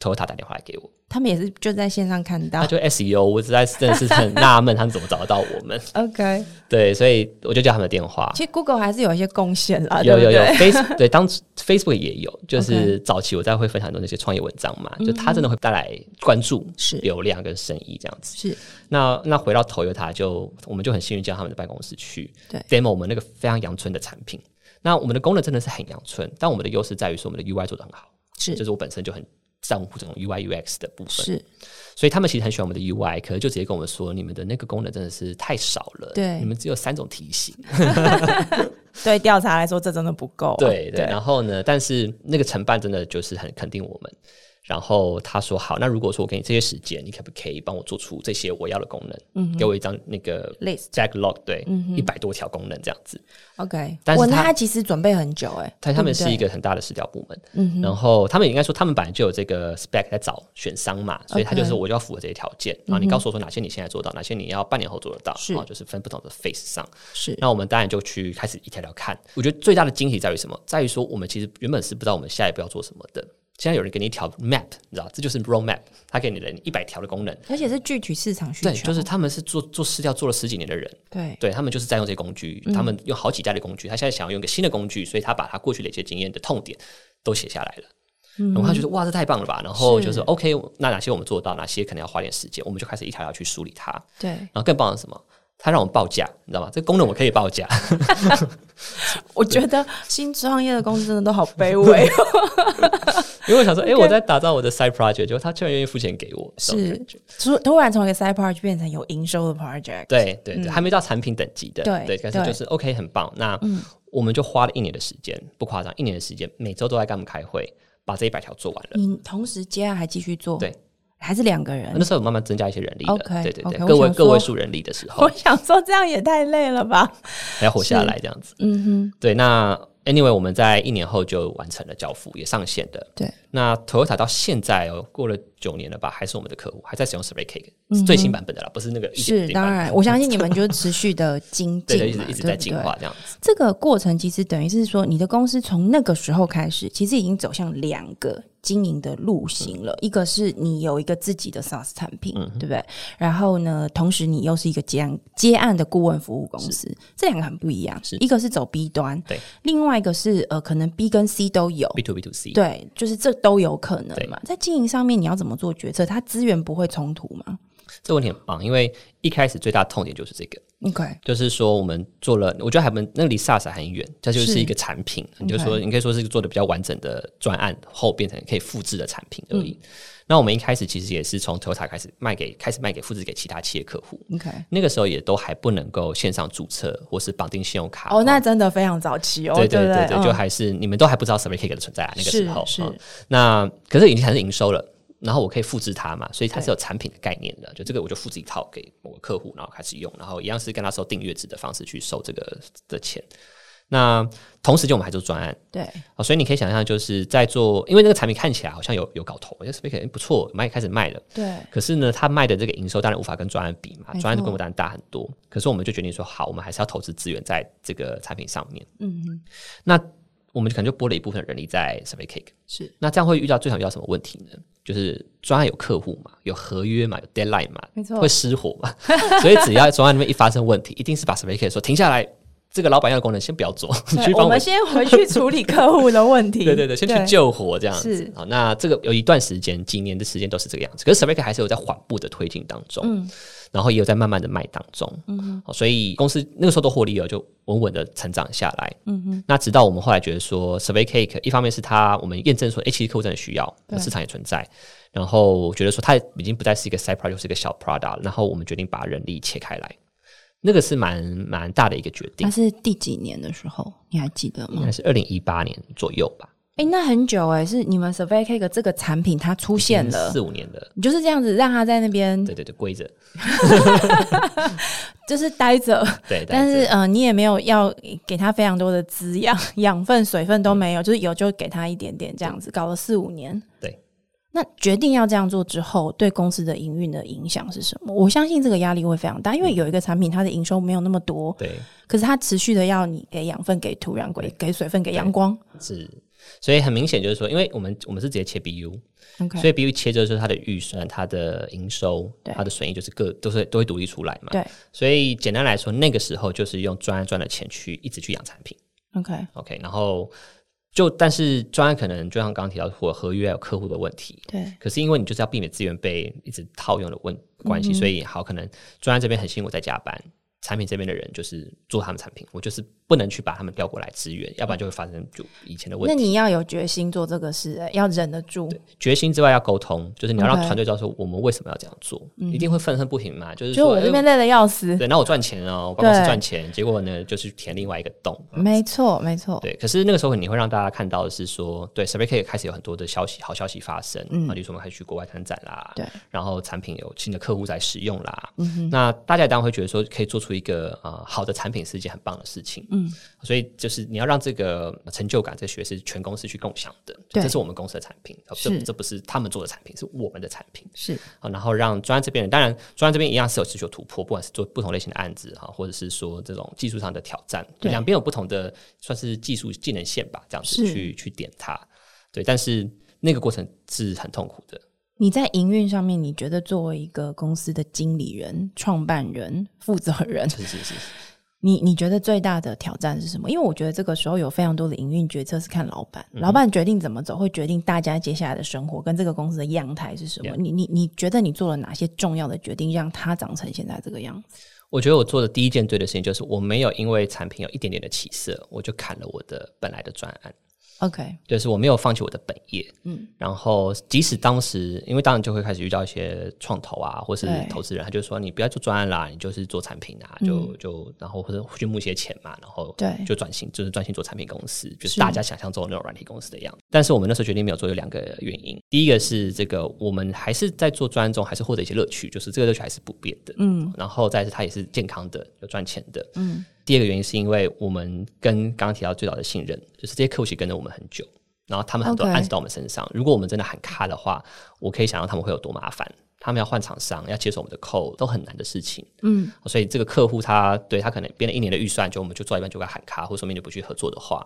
B: Toyota 打电话来给我，
A: 他们也是就在线上看
B: 他
A: 到。
B: 啊就 SEO，我实在是真的是
A: (laughs)
B: 很纳闷他们怎么找得到我们。
A: OK，
B: 对，所以我就叫他们的电话。
A: 其实 Google 还是有一些贡献啦，
B: 有
A: 对
B: 有
A: 不
B: 有
A: 对？
B: ，Face 对，当 Facebook 也有，就是早期我在会分享很多那些创业文章嘛，就它真的会带来关注、
A: 嗯是
B: 流量跟生意这样子。
A: 是
B: 那那回到 Toyota 就我们就很幸运叫他们的办公室去
A: 对
B: demo 我们那个非常阳春的产品。那我们的功能真的是很阳春，但我们的优势在于说我们的 UI 做的很好，就是是我本身就很在乎这种 UI UX 的部分，
A: 是，
B: 所以他们其实很喜欢我们的 UI，可是就直接跟我们说你们的那个功能真的是太少了，
A: 对
B: 你们只有三种题型，
A: 对调查来说这真的不够啊、
B: 对对，然后呢，但是那个承办真的就是很肯定我们。然后他说：“好，那如果说我给你这些时间，你可不可以帮我做出这些我要的功能？给我一张那个
A: List
B: backlog，对，一百、多条功能这样子。
A: OK，
B: 但是
A: 我那
B: 他
A: 他其实准备很久哎、
B: 但他们
A: 对嗯
B: 是
A: 不
B: 一
A: 对
B: 个很大的市调部门，然后他们也应该说，他们本来就有这个 spec 在找选商嘛，所以他
A: OK 嗯
B: 就是我就要符合这些条件。然后你告诉我说哪些你现在做到，哪些你要半年后做得到，
A: 是
B: 啊就是分不同的 phase 上。
A: 是
B: 那我们当然就去开始一条条看。我觉得最大的惊喜在于什么？在于说我们其实原本是不知道我们下一步要做什么的。现在有人给你一条 map，你知道，这就是 road map，他给你了一百条的功能。
A: 而且是具体市场需求，
B: 对，就是他们是做做私调做了十几年的人，
A: 对
B: 对他们就是在用这些工具，他
A: 嗯
B: 们用好几代的工具，他现在想要用一个新的工具，所以他把他过去的一些经验的痛点都写下来了。然后他
A: 嗯
B: 觉得哇，这太棒了吧！然后就是
A: 是
B: OK，那哪些我们做得到，哪些可能要花点时间，我们就开始一条条去梳理它。
A: 对，
B: 然后更棒的是什么？他让我们报价，你知道吗？这个功能我可以报价， (laughs)
A: 我觉得新创业的公司真的都好卑
B: (laughs)
A: 微哦，
B: 因为我想说，哎、我在打造我的 side project，就他居然愿意付钱给我，这种
A: 是
B: 感觉。
A: 突突然从一个 side project 变成有营收的 project，
B: 对对对，还没到产品等级的，
A: 嗯对嗯
B: 但是就是 OK，很棒。那我们就花了一年的时间，不夸张，一年的时间，每周都在跟他们开会，把这一百条做完了。
A: 你同时接案还继续做，
B: 对，
A: 还是两个人
B: 那。时候有慢慢增加一些人力的
A: OK，
B: 对对对
A: OK，
B: 各
A: 我
B: 位
A: 想说
B: 各位数人力的时
A: (laughs)
B: 候
A: 我，想说这样也太累了吧？
B: 还要活下来这样子。
A: 嗯哼，
B: 对，那 anyway，我们在一年后就完成了交付，也上线的。
A: 对，
B: 那 Toyota 到现在哦，过了九年了吧，还是我们的客户，还在使用 Spray Cake、最新版本的啦，不是那个
A: 嗯
B: 一点
A: 是
B: 零版
A: 当
B: 本
A: 然，我相信你们就是持续的精进
B: 对对，一直
A: 嘛，
B: 一直
A: 对
B: 在
A: 不
B: 进
A: 对
B: 化这样子。
A: 这个过程其实等于是说，你的公司从那个时候开始，其实已经走向两个经营的路型
B: 嗯
A: 了。一个是你有一个自己的 SaaS 产品，对不对？然后呢，同时你又是一个接案接案的顾问服务公司，这两个很不一样。一个是走 B 端，
B: 对；
A: 另外一个是呃，可能 B 跟 C 都有。
B: B to B to C，
A: 对，就是这都有可能
B: 对
A: 嘛。在经营上面，你要怎么做决策？它资源不会冲突吗
B: 这问题很棒，因为一开始最大的痛点就是这个，
A: ？OK，
B: 就是说我们做了，我觉得还蛮那离 SaaS 还很远，它就是
A: 是
B: 一个产品，你就说你可以说是做的比较完整的专案后变成可以复制的产品而
A: 嗯
B: 已。那我们一开始其实也是从 Toyota 开始卖给，开始卖给复制给其他企业客户。
A: OK，
B: 那个时候也都还不能够线上注册或是绑定信用卡
A: 哦，那真的非常早期哦，
B: 对
A: 对
B: 对
A: 不
B: 对对，
A: 嗯
B: 就还是你们都还不知道 Survey Cake 的存在啊，那个时候
A: 是是
B: 嗯那可是已经还是营收了。然后我可以复制它嘛，所以它是有产品的概念的。就这个我就复制一套给某个客户，然后开始用，然后一样是跟他收订阅制的方式去收这个的钱。那同时间我们还做专案，
A: 对，
B: 哦，所以你可以想象，就是在做，因为那个产品看起来好像有有搞头，我觉得 Survey Cake 哎不错，卖开始卖了。
A: 对，
B: 可是呢，他卖的这个营收当然无法跟专案比嘛
A: 没，错
B: 专案的规模当然大很多。可是我们就决定说，好，我们还是要投资资源在这个产品上面。
A: 嗯哼，
B: 那我们可能就拨了一部分人力在 Survey Cake。
A: 是
B: 那这样会遇到最常遇到什么问题呢？就是专案有客户嘛，有合约嘛，有 deadline 嘛，
A: 没错
B: 会失火嘛。 (laughs) 所以只要专案那边一发生问题，一定是把 Survey Cake 说停下来，这个老板要的功能先不要做，你
A: 对
B: (laughs) 去
A: 我
B: 帮
A: 们先回去处理客户的问题。
B: (laughs) 对对对，先去救火这样
A: 是
B: 子。好，那这个有一段时间，几年的时间都是这个样子。可是 Survey 还是有在缓步的推进当中，然后也有在慢慢的卖当中。嗯，好，所以公司那个时候都获利了，就稳稳的成长下来。嗯哼，那直到我们后来觉得说，Survey Cake 一方面是它我们验证说，哎、其实客户真的需要，
A: 对
B: 市场也存在。然后觉得说，它已经不再是一个 side project，就是一个小 product 了。然后我们决定把人力切开来，那个是蛮蛮大的一个决定
A: 那，是第几年的时候，你还记得
B: 应
A: 吗
B: 该？是二零一八年左右吧，
A: 哎、那很久哎、是你们 Survey Cake 这个产品它出现了，
B: 四五年的，
A: 你就是这样子让它在那边
B: 对对对，规则。
A: 就是待
B: (laughs)
A: 着， (laughs)
B: 对，
A: 但
B: 对
A: 是
B: 对
A: 呃，你也没有要给它非常多的滋养、养分、水分都没有，就是有就给它一点点这样子，搞了四五年。
B: 嗯对，
A: 那决定要这样做之后，对公司的营运的影响是什么？我相信这个压力会非常大，
B: 嗯
A: 因为有一个产品它的营收没有那么多，
B: 对
A: 可是它持续的要你给养分、给土壤、给给水分、给阳光，
B: 是，所以很明显就是说，因为我们我们是直接切 BU，
A: OK，
B: 所以 BU 切就是它的预算、它的营收、
A: 对
B: 它的损益，就是各都是都会独立出来嘛。
A: 对
B: 所以简单来说，那个时候就是用专案赚的钱去一直去养产品。
A: OK，
B: OK，然后就但是专案可能就像刚刚提到，或合约还有客户的问题。
A: 对
B: 可是因为你就是要避免资源被一直套用的问关
A: 嗯
B: 系，所以好可能专案这边很辛苦在加班，产品这边的人就是做他们产品，我就是不能去把他们调过来支援，要不然就会发生就以前的问
A: 那
B: 题。
A: 你要有决心做这个事、哎要忍得住。
B: 决心之外要沟通，就是你要让
A: OK
B: 团队知道说我们为什么要这样做，一定会愤恨不平嘛。就是
A: 就
B: 说
A: 我这边
B: 哎
A: 累得要死，
B: 对，那我赚钱哦，我办公室
A: 对
B: 赚钱，结果呢就去填另外一个洞。
A: 没错没错，
B: 对，可是那个时候你会让大家看到的是说，对 s u r v e y K 也开始有很多的消息，好消息发生，啊，比如说我们开始去国外参展啦，
A: 嗯对，嗯
B: 然后产品有新的客户在使用啦，那大家当然会觉得说，可以做出一个呃好的产品是一件很棒的事情，嗯，所以就是你要让这个成就感，这学是全公司去共享的，
A: 对
B: 这是我们公司的产品，哦这
A: 是
B: 这不是他们做的产品，是我们的产品，
A: 是
B: 啊，然后让专案这边人，当然专案这边一样是有持续有突破，不管是做不同类型的案子哈，或者是说这种技术上的挑战，就
A: 对
B: 两边有不同的算是技术技能线吧，这样子
A: 是
B: 去去点它。对，但是那个过程是很痛苦的。 (laughs)
A: 你在营运上面，你觉得作为一个公司的经理人、创办人、负责人，
B: 是是是，
A: 你你觉得最大的挑战是什么？因为我觉得这个时候有非常多的营运决策是看老板，
B: 嗯
A: 老板决定怎么走，会决定大家接下来的生活跟这个公司的样态是什么。
B: Yeah
A: 你你你觉得你做了哪些重要的决定，让它长成现在这个样子？
B: 我觉得我做的第一件对的事情就是我没有因为产品有一点点的起色，我就砍了我的本来的专案。
A: OK，
B: 就是我没有放弃我的本业，嗯，然后即使当时，因为当然就会开始遇到一些创投啊，或是
A: 对
B: 投资人，他就说你不要做专案啦，你就是做产品啊，就就然后或者去募一些钱嘛，然后
A: 对
B: 就转型，就是专心做产品公司，就是
A: 是
B: 大家想象中的那种软体公司的样子。但是我们那时候决定没有做，有两个原因，第一个是这个我们还是在做专案中还是获得一些乐趣，就是这个乐趣还是不变的，嗯，然后再来是它也是健康的，有赚钱的，嗯。第二个原因是因为我们跟刚刚提到最早的信任，就是这些客户其实跟着我们很久，然后他们很多
A: OK
B: 案子到我们身上。如果我们真的喊卡的话，我可以想象他们会有多麻烦。他们要换厂商，要接手我们的扣，都很难的事情。嗯，所以这个客户他对他可能编了一年的预算，就我们就做到一半就该喊卡，或者说明你不去合作的话，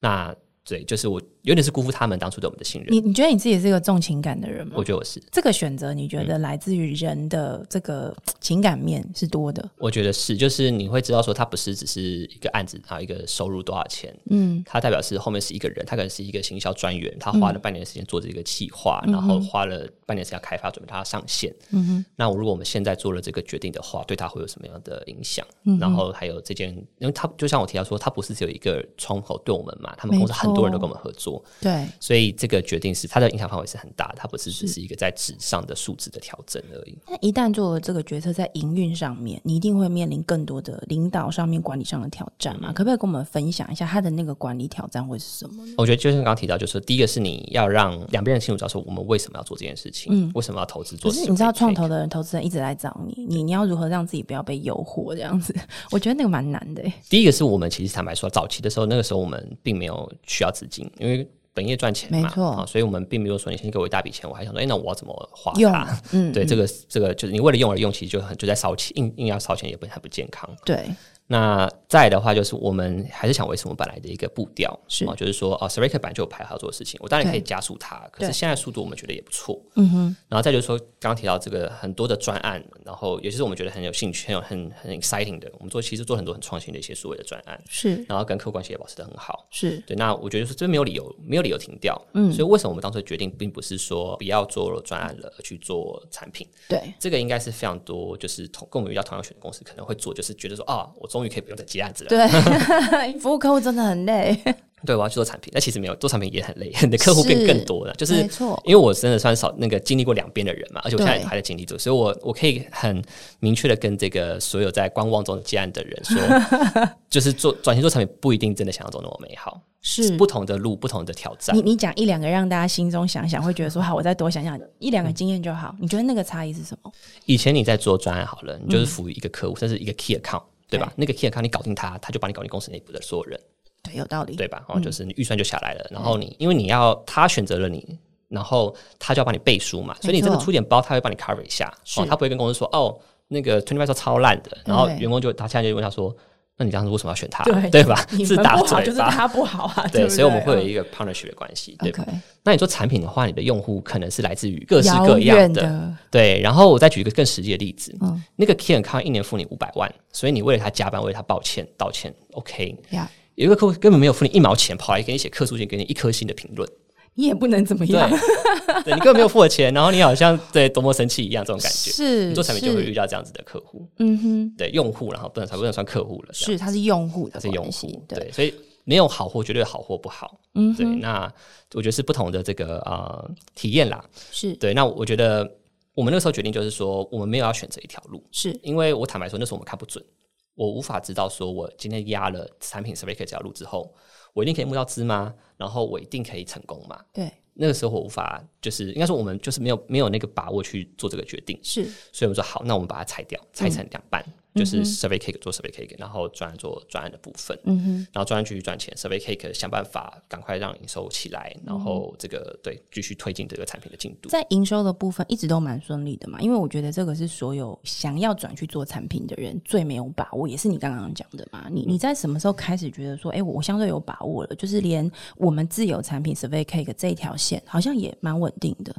B: 那对，就是我有点是辜负他们当初对我们的信任。
A: 你你觉得你自己是一个重情感的人吗
B: 我？觉嗯得我是，
A: 这个选择，你觉得来自于人的这个情感面是多的？
B: 我觉得是，就是你会知道说，它不是只是一个案子啊，一个收入多少钱，嗯，它代表是后面是一个人，他可能是一个行销专员，他花了半年的时间做这个企划，然后花了半年时间开发，准备它上线，嗯哼。那如果我们现在做了这个决定的话，对他会有什么样的影响？然后还有这件，因为他就像我提到说，他不是只有一个窗口对我们嘛，他们公司
A: 没
B: 很多
A: 错
B: 人都跟我们合作，
A: 对，
B: 所以这个决定是它的影响范围是很大的，它不是只是一个在纸上的数字的调整而已。
A: 那一旦做了这个决策，在营运上面，你一定会面临更多的领导上面、管理上的挑战
B: 嗯
A: 嘛？可不可以跟我们分享一下他的那个管理挑战会是什么呢？
B: 我觉得就像刚刚提到，就是说第一个是你要让两边人清楚知道说我们为什么要做这件事情，为什么要投
A: 嗯
B: 资
A: 可
B: 做。
A: 是你知道，创投的人、投资人一直来找你，你你要如何让自己不要被诱惑这样子？我觉得那个蛮难的、欸。
B: 第一个是我们其实坦白说，早期的时候，那个时候我们并没有需要资金，因为本业赚钱嘛，
A: 没错
B: 啊所以我们并没有说你先给我一大笔钱，我还想说，哎、那我要怎么花
A: 用
B: 它？嗯，对，这个这个就是你为了用而用，其实就很就在烧钱，硬硬要烧钱也不很不健康。
A: 对，
B: 那再来的话，就是我们还是想维持我们本来的一个步调，
A: 是
B: 哦，就是说，哦 s e r i c 本来就有排好做的事情，我当然可以
A: 对
B: 加速它，可
A: 对
B: 是现在速度我们觉得也不错，嗯哼。然后再就是说，刚刚提到这个很多的专案，然后也就是我们觉得很有兴趣、很有很很 exciting 的，我们做其实做很多很创新的一些所谓的专案，
A: 是
B: 然后跟客户关系也保持的很好，
A: 是，
B: 对，那我觉得是真没有理由，没有理由停掉。嗯，所以为什么我们当初决定，并不是说不要做专案了，而去做产品， (laughs)
A: 对
B: 这个应该是非常多，就是同跟我们遇到同样选的公司可能会做，就是觉得说啊，我终于可以不用再接案子了，
A: 对， (laughs) 服务客户真的很累，
B: 对，我要去做产品。那其实没有做产品也很累，你的客户变
A: 是
B: 更多了，就是
A: 没错
B: 因为我真的算少那个经历过两边的人嘛，而且我现在
A: 对
B: 还在经历中，所以我我可以很明确的跟这个所有在观望中接案的人说，
A: (laughs)
B: 就是做转型做产品不一定真的想象中那么美好，
A: 是
B: 不同的路，不同的挑战
A: 嗯你。你讲一两个，让大家心中想想，会觉得
B: (laughs)
A: 说好，我再多想想一
B: 嗯
A: 两个经验就好。你觉得那个差异是什么？
B: 以前你在做专案好了，你
A: 嗯
B: 就是服务一个客户，甚至一个 key account，对吧？那个 key account 你搞定他，他就把你搞定公司内部的所有人。
A: 对，有道理。
B: 对吧？然后就是你预算就下来了，
A: 嗯
B: 然后你因为你要他选择了你，然后他就要帮你背书嘛，所以你真的出点包，他会帮你 cover 一下，
A: 是
B: 哦，他不会跟公司说哦，那个 twenty five 超烂的，然后
A: 对
B: 员工就他现在就问他说。那你当时为什么要选他？
A: 对
B: 对吧？
A: 你
B: 自
A: 们
B: 打
A: 不好
B: 嘴
A: 就是
B: 巴。
A: 他不好啊，
B: 对，
A: 不
B: 所以我们会有一个 partnership 的关系，对吧
A: OK
B: 那你做产品的话，你的用户可能是来自于各式
A: 遥
B: 各样
A: 远
B: 的，对。然后我再举一个更实际的例子，
A: 嗯
B: 那个 Key account 一年付你五百万，所以你为了他加班，为了他抱歉道歉，OK。
A: 呀，
B: 有一个客户根本没有付你一毛钱，跑来给你写客诉信，给你一颗星的评
A: (laughs)
B: 论，
A: 你也不能怎么
B: 对
A: 样，， (laughs)
B: 对你根本没有付我钱，然后你好像对多么生气一样，这种感觉。
A: 是
B: 你做产品就会遇
A: 是
B: 到这样子的客户，
A: 嗯哼，
B: 对用户，然后不能才不能算客户了，啊这样
A: 是他是用户
B: 他
A: 的
B: 是用
A: 关系
B: 户，，
A: 对，
B: 对，所以没有好货，绝对有好货不好，
A: 嗯
B: 对。
A: 哼，
B: 那我觉得是不同的这个呃体验啦，
A: 是
B: 对。那我觉得我们那个时候决定就是说，我们没有要选择一条路，
A: 是
B: 因为我坦白说，那时候我们看不准，我无法知道说我今天压了产品 survey 这条路之后，我一定可以募到资吗？然后我一定可以成功吗？
A: 对
B: 那个时候我无法，就是应该说我们就是没有没有那个把握去做这个决定，
A: 是
B: 所以我们说好，那我们把它拆掉，拆成两
A: 嗯
B: 半，就是 survey cake 做 survey cake，然后专案做专案的部分，
A: 嗯哼，
B: 然后专案继续赚钱，survey cake 想办法赶快让营收起来，然
A: 嗯
B: 后这个对继续推进这个产品的进度。
A: 在营收的部分一直都蛮顺利的嘛，因为我觉得这个是所有想要转去做产品的人最没有把握，也是你刚刚讲的嘛。
B: 嗯
A: 你你在什么时候开始觉得说，哎、我我相对有把握了？就是连我们自有产品 Survey Cake 这一条线，好像也蛮稳定的。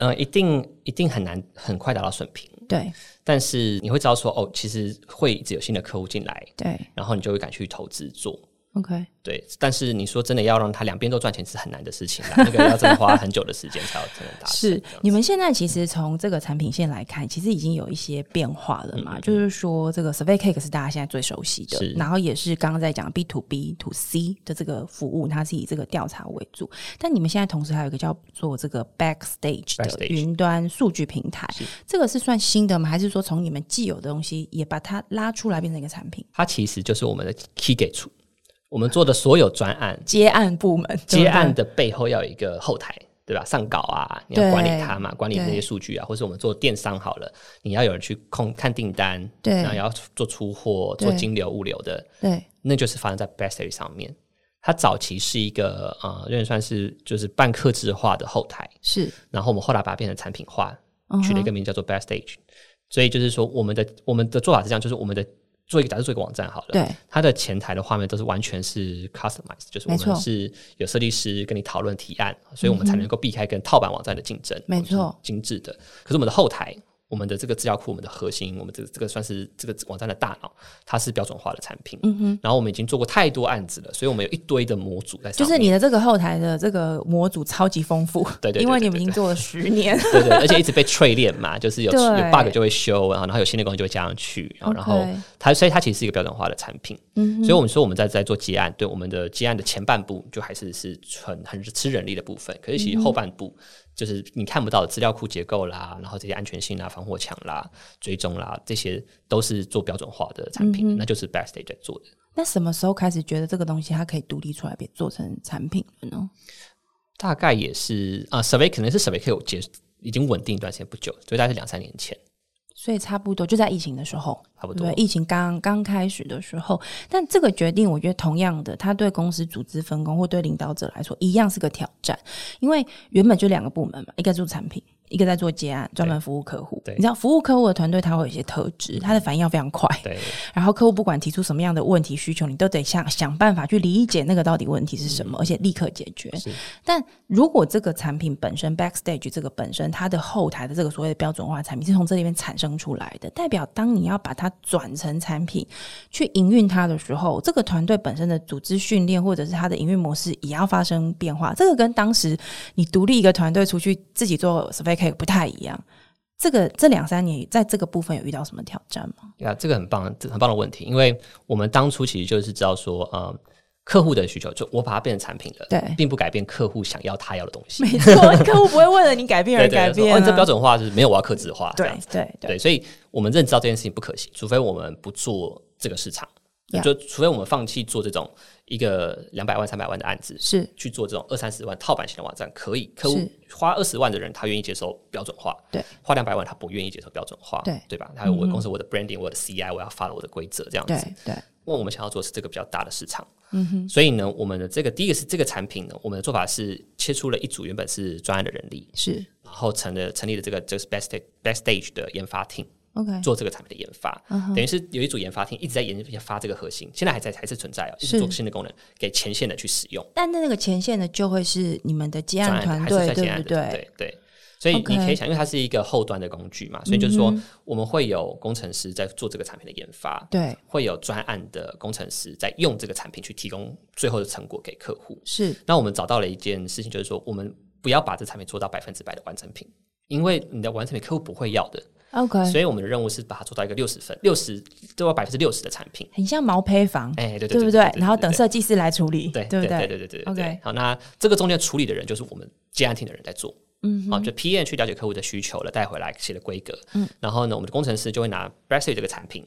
B: 嗯、一定一定很难很快达到水平，
A: 对
B: 但是你会知道说哦，其实会一直有新的客户进来，
A: 对
B: 然后你就会敢去投资做。
A: ，OK，
B: 对，但是你说真的要让他两边都赚钱是很难的
A: (laughs)
B: 事情啦，那个要真的花很久的时间才有才能达成。
A: 是你们现在其实从这个产品线来看，其实已经有一些变化了嘛。就是说，这个 Survey Cake 是大家现在最熟悉的
B: 嗯是，
A: 然后也是刚刚在讲 B to B to C 的这个服务，它是以这个调查为主。但你们现在同时还有一个叫做这个 Backstage 的
B: Backstage
A: 云端数据平台，这个是算新的吗？还是说从你们既有的东西也把它拉出来变成一个产品？
B: 它其实就是我们的 key gate 处，我们做的所有专案
A: 接案部门，对不对
B: 接案的背后要有一个后台，对吧？上稿啊，你要
A: 对
B: 管理它嘛，管理
A: 对
B: 那些数据啊，或是我们做电商好了，你要有人去控看订单，
A: 对
B: 然后也要做出货、做
A: 对
B: 金流、物流的，
A: 对
B: 那就是发生在 Backstage 上面。它早期是一个呃，有点算是就是半客制化的后台，
A: 是
B: 然后我们后来把它变成产品化，
A: 嗯
B: 取了一
A: 哼
B: 个名字叫做 Backstage。所以就是说，我们的我们的做法是这样，就是我们的做一个，假设做一个网站好了，
A: 对
B: 它的前台的画面都是完全是 customized，就是我
A: 没错嗯
B: 们是有设计师跟你讨论提案，所以我们才能够避开跟套版网站的竞争，
A: 没
B: 我们是
A: 错
B: 精致的。可是我们的后台。我们的这个资料库，我们的核心，我们这个这个算是这个网站的大脑，它是标准化的产品。嗯哼。然后我们已经做过太多案子了，所以我们有一堆的模组在上
A: 就
B: 面。
A: 是你的这个后台的这个模组超级丰富，
B: 对对对
A: 因为你
B: 对
A: 们
B: 对
A: 已经做了十年，
B: 对对，而且一直被淬炼嘛，就是有
A: 对
B: 有 bug 就会修，然后然后有新的功能就会加上去，然后然后
A: OK
B: 它所以它其实是一个标准化的产品，所以我们说我们在在做接案，对我们的接案的前半部就还是是很很吃人力的部分，可是其实后半部。就是你看不到的资料库结构啦，然后这些安全性啦、防火墙啦、追踪啦，这些都是做标准化的产品，那就是 Backstage 在做的。
A: 那什么时候开始觉得这个东西它可以独立出来，别做成产品了呢？
B: 大概也是啊、s u r v e y 可能是 Survey 可以结已经稳定一段时间不久，所以大概是两三年前。
A: 所以差不多就在疫情的时候，
B: 差不
A: 对
B: 多
A: 对疫情刚刚开始的时候，但这个决定，我觉得同样的，它对公司组织分工或对领导者来说，一样是个挑战，因为原本就两个部门嘛，一个做产品，一个在做接案，专门服务客户。
B: 对嗯
A: 你知道，服务客户的团队，它会有一些特质，它的反应要非常快，
B: 对，
A: 然后客户不管提出什么样的问题需求，你都得想想办法去理解那个到底问题是什么，而且立刻解决。但如果这个产品本身 backstage 这个本身它的后台的这个所谓的标准化产品是从这里面产生出来的，代表当你要把它转成产品去营运它的时候，这个团队本身的组织训练或者是它的营运模式也要发生变化。这个跟当时你独立一个团队出去自己做 survey cake 不太一样。这个这两三年在这个部分有遇到什么挑战吗？
B: 呀，这个很棒，这很棒的问题，因为我们当初其实就是知道说，呃，客户的需求，就我把它变成产品了，
A: 对
B: 并不改变客户想要他要的东
A: (laughs)
B: 西。
A: 没错，客户不会为了你改变而
B: 对对对
A: 改
B: 说
A: 变、啊
B: 哦，你这标准化就是没有我要克制化，这
A: 对
B: 样子
A: 对对，
B: 对，所以我们认知到这件事情不可行，除非我们不做这个市场
A: Yeah
B: 就除非我们放弃做这种一个两百万、三百万的案子，
A: 是，
B: 去做这种二三十万套版型的网站，可以客户
A: 是
B: 花二十万的人，他愿意接受标准化；
A: 对，
B: 花两百万他不愿意接受标准化，
A: 对嗯
B: 对吧？还有我的公司、我的 branding、我的 CI，我要 follow 我的规则这样子。
A: 对对
B: 因为我们想要做的是这个比较大的市场，嗯哼，所以呢，我们的这个第一个是这个产品呢，我们的做法是切出了一组原本是专案的人力，
A: 是
B: 然后成了成立了这个这个 backstage backstage 的研发 team，
A: OK
B: 做这个产品的研发，
A: 嗯
B: 等于是有一组研发厅一直在研研发这个核心，现在还在还是存在哦，一直
A: 是
B: 做新的功能给前线的去使用。
A: 但那个前线的就会是你们的接案
B: 专
A: 团
B: 案还是
A: 队，
B: 在接
A: 对
B: 案
A: 不
B: 的团
A: 对？
B: 队对。所以你
A: OK 嗯
B: 可以想，因为它是一个后端的工具嘛，所以就是说，我们会有工程师在做这个产品的研发，
A: 对，
B: 会有专案的工程师在用这个产品去提供最后的成果给客户。
A: 是
B: 那我们找到了一件事情，就是说，我们不要把这产品做到百分之百的完成品，因为你的完成品客户不会要的，
A: OK，
B: 所以我们的任务是把它做到一个六十分，六十做到百分之六十的产品。
A: 很像毛坯房，
B: 哎、对
A: 对
B: 对
A: 不
B: 对
A: 对？然后等设计师来处理，
B: 对
A: 不
B: 对
A: 对？
B: 对对对对
A: OK
B: 好，那这个中间处理的人就是我们接案厅的人在做。嗯，好，就 PM 去了解客户的需求了，带回来写了规格。嗯，然后呢，我们的工程师就会拿 Brasserie 这个产品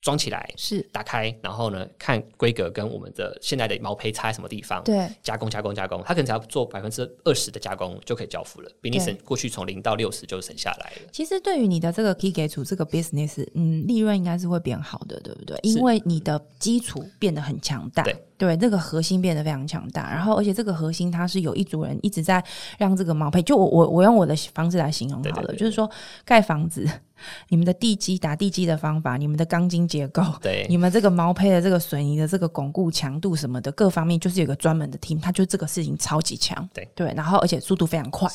B: 装起来，
A: 是，
B: 打开，然后呢，看规格跟我们的现在的毛坯差在什么地方，
A: 对，
B: 加工加工加工，他可能只要做百分之二十的加工就可以交付了，比你
A: 对
B: 省过去从零到六十就省下来了。
A: 其实对于你的这个 key 给组这个 business，嗯，利润应该是会变好的，对不对？因为你的基础变得很强大，
B: 对
A: 这个核心变得非常强大。然后，而且这个核心它是有一组人一直在让这个毛坯，就我我我用我的方式来形容好了，
B: 对对对
A: 就是说盖房子， (laughs) 你们的地基打地基的方法，你们的钢筋结构，
B: 对
A: 你们这个毛坯的这个水泥的这个巩固强度什么的各方面，就是有一个专门的 team，他就这个事情超级强，
B: 对
A: 对，然后而且速度非常快，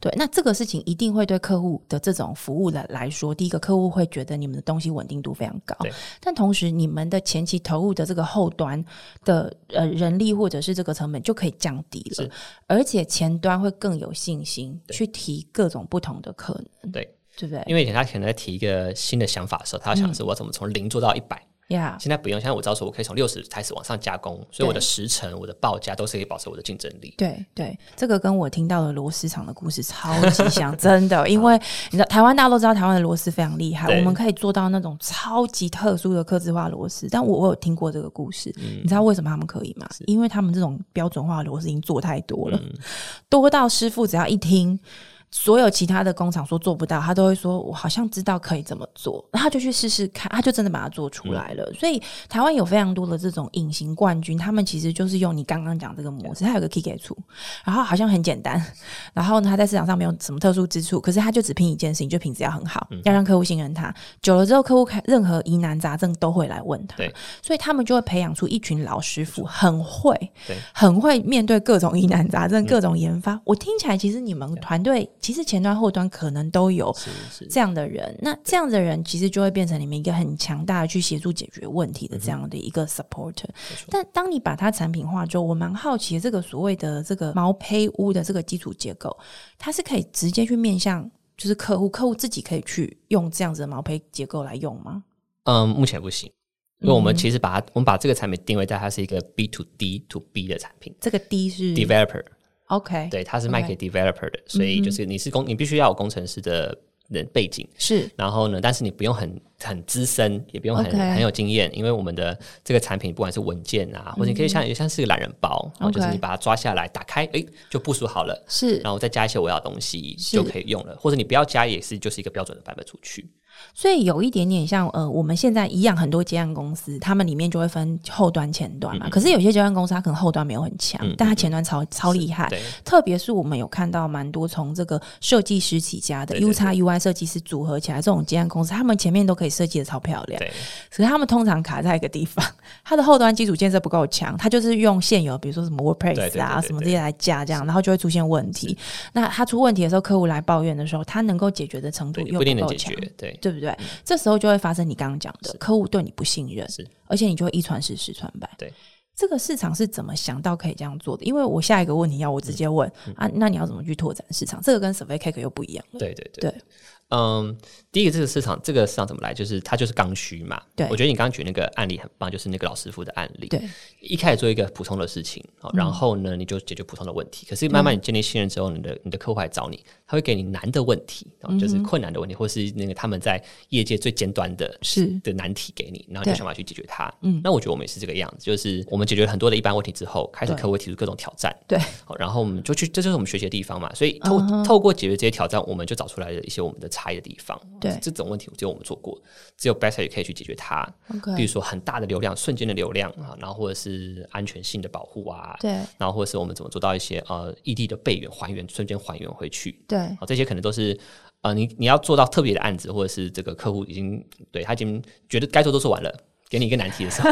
A: 对。那这个事情一定会对客户的这种服务来来说，第一个客户会觉得你们的东西稳定度非常高
B: 对，
A: 但同时你们的前期投入的这个后端的呃人力或者是这个成本就可以降低了
B: 是，
A: 而且前端会更有信心去提各种不同的可能，
B: 对，
A: 对不对？
B: 因为以前他可能在提一个新的想法的时候，他要想的
A: 嗯
B: 是我怎么从零做到一百、
A: 呀、
B: 现在不用，现在我知道说我可以从六十开始往上加工，所以我的时程、我的报价都是可以保持我的竞争力。
A: 对对，这个跟我听到的螺丝厂的故事超级像， (laughs) 真的。因为你知道，台湾大家都知道台湾的螺丝非常厉害，
B: 对
A: 我们可以做到那种超级特殊的刻字化螺丝。但我我有听过这个故事，你知道为什么他们可以吗？因为他们这种标准化的螺丝已经做太多了， (laughs) 多到师傅只要一听。所有其他的工厂说做不到，他都会说：“我好像知道可以怎么做。”然后他就去试试看，他就真的把它做出来了。所以台湾有非常多的这种隐形冠军，他们其实就是用你刚刚讲这个模式，它有个 kick 出，然后好像很简单，然后呢，它在市场上没有什么特殊之处，可是它就只拼一件事情，就品质要很好，
B: 嗯
A: 要让客户信任它。久了之后，客户开任何疑难杂症都会来问他
B: 对，
A: 所以他们就会培养出一群老师傅，很会
B: 对，嗯
A: 很会面对各种疑难杂症、各种研发。我听起来，其实你们团队其实前端、后端可能都有
B: 是是，
A: 这样的人，那这样的人其实就会变成你们一个很强大的去协助解决问题的这样的一
B: 嗯
A: 个 supporter。但当你把它产品化之后，我蛮好奇这个所谓的这个毛坯屋的这个基础结构，它是可以直接去面向就是客户，客户自己可以去用这样子的毛坯结构来用吗？
B: 嗯，目前不行，因为我们其实把它，我们把这个产品定位在它是一个 B to D to B 的产品
A: 这个 D 是
B: ，developer，
A: OK，
B: 对，它是卖给 developer 的，所以就是你是工，你必须要有工程师的人背景。
A: 是
B: 然后呢，但是你不用很很资深，也不用很
A: OK
B: 很有经验，因为我们的这个产品不管是文件啊，或者你可以像也像是个懒人包，然后就是
A: OK
B: 你把它抓下来，打开，诶，就部署好了。
A: 是，
B: 然后再加一些我要的东西就可以用了，或者你不要加也是就是一个标准的版本出去。
A: 所以有一点点像呃，我们现在一样，很多接案公司，他们里面就会分后端、前端
B: 嗯
A: 嘛。可是有些接案公司，它可能后端没有很强，但它前端超超厉害
B: 对。
A: 特别是我们有看到蛮多从这个设计师起家的
B: 对
A: U
B: 对
A: x UI 设计师组合起来这种接案公司，他们前面都可以设计的超漂亮，
B: 对，
A: 可是他们通常卡在一个地方，它的后端基础建设不够强，它就是用现有，比如说什么 WordPress 啊
B: 对对对对
A: 什么这些来架这样，然后就会出现问题。那它出问题的时候，客户来抱怨的时候，它能够解决的程度
B: 对，
A: 又
B: 不一定能
A: 够
B: 解
A: 强
B: 决。。对，
A: 对不对？这时候就会发生你刚刚讲的，客户对你不信任，
B: 是
A: 而且你就会一传十，十传百。
B: 对，
A: 这个市场是怎么想到可以这样做的？因为我下一个问题要我直接问、啊，那你要怎么去拓展市场？这个跟 survey cake 又不一样。
B: 对对对。
A: 对
B: 嗯，第一个这个市场，这个市场怎么来？就是它就是刚需嘛。
A: 对
B: 我觉得你刚刚举那个案例很棒，就是那个老师傅的案例。
A: 对，嗯
B: 一开始做一个普通的事情，好然后呢，你就解决普通的问题。可是慢慢你建立信任之后，你的你的客户来找你，他会给你难的问题，哦就是
A: 嗯
B: 困难的问题，或是那个他们在业界最尖端的
A: 是
B: 的难题给你，然后
A: 对
B: 你就想办法去解决它。嗯，那我觉得我们也是这个样子，就是我们解决了很多的一般问题之后，开始
A: 对
B: 客户会提出各种挑战，
A: 对，嗯
B: 好，然后我们就去，这就是我们学习的地方嘛。所以透、透过解决这些挑战，我们就找出来了一些我们的差异的地方。
A: 对
B: 这种问题只有我们做过，只有 Better 也可以去解决它。比
A: OK，
B: 如说很大的流量，瞬间的流量啊，然后或者是安全性的保护啊，
A: 对
B: 然后或者是我们怎么做到一些呃异地的备援还原，瞬间还原回去。
A: 对
B: 好，这些可能都是呃，你你要做到特别的案子，或者是这个客户已经对他已经觉得该做都做完了，给你一个难题的时
A: (laughs)
B: 候，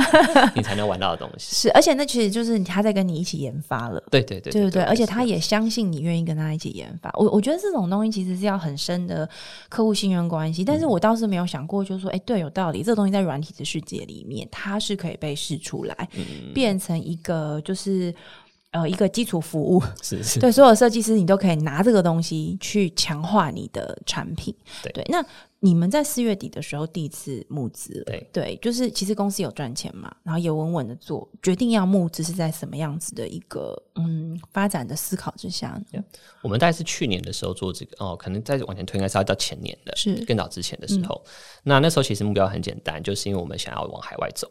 B: 你才能玩到的东西。
A: 是，而且那其实就是他在跟你一起研发了。
B: 对对对
A: 对对对，而且
B: 是
A: 他也相信你愿意跟他一起研发。我我觉得这种东西其实是要很深的客户信任关系，但
B: 嗯
A: 是我倒是没有想过，就是说，哎、对，有道理，这东西在软体的世界里面，它是可以被试出来，
B: 嗯
A: 变成一个就是呃一个基础服务。
B: 是是，
A: 对，所有设计师你都可以拿这个东西去强化你的产品。
B: 对
A: 那你们在四月底的时候第一次募资了，
B: 对
A: 就是其实公司有赚钱嘛，然后也稳稳的做，决定要募资是在什么样子的一个嗯发展的思考之下呢
B: 我们大概是去年的时候做这个哦，可能再往前推应该是要到前年的，
A: 是嗯
B: 更早之前的时候。那那时候其实目标很简单，就是因为我们想要往海外走，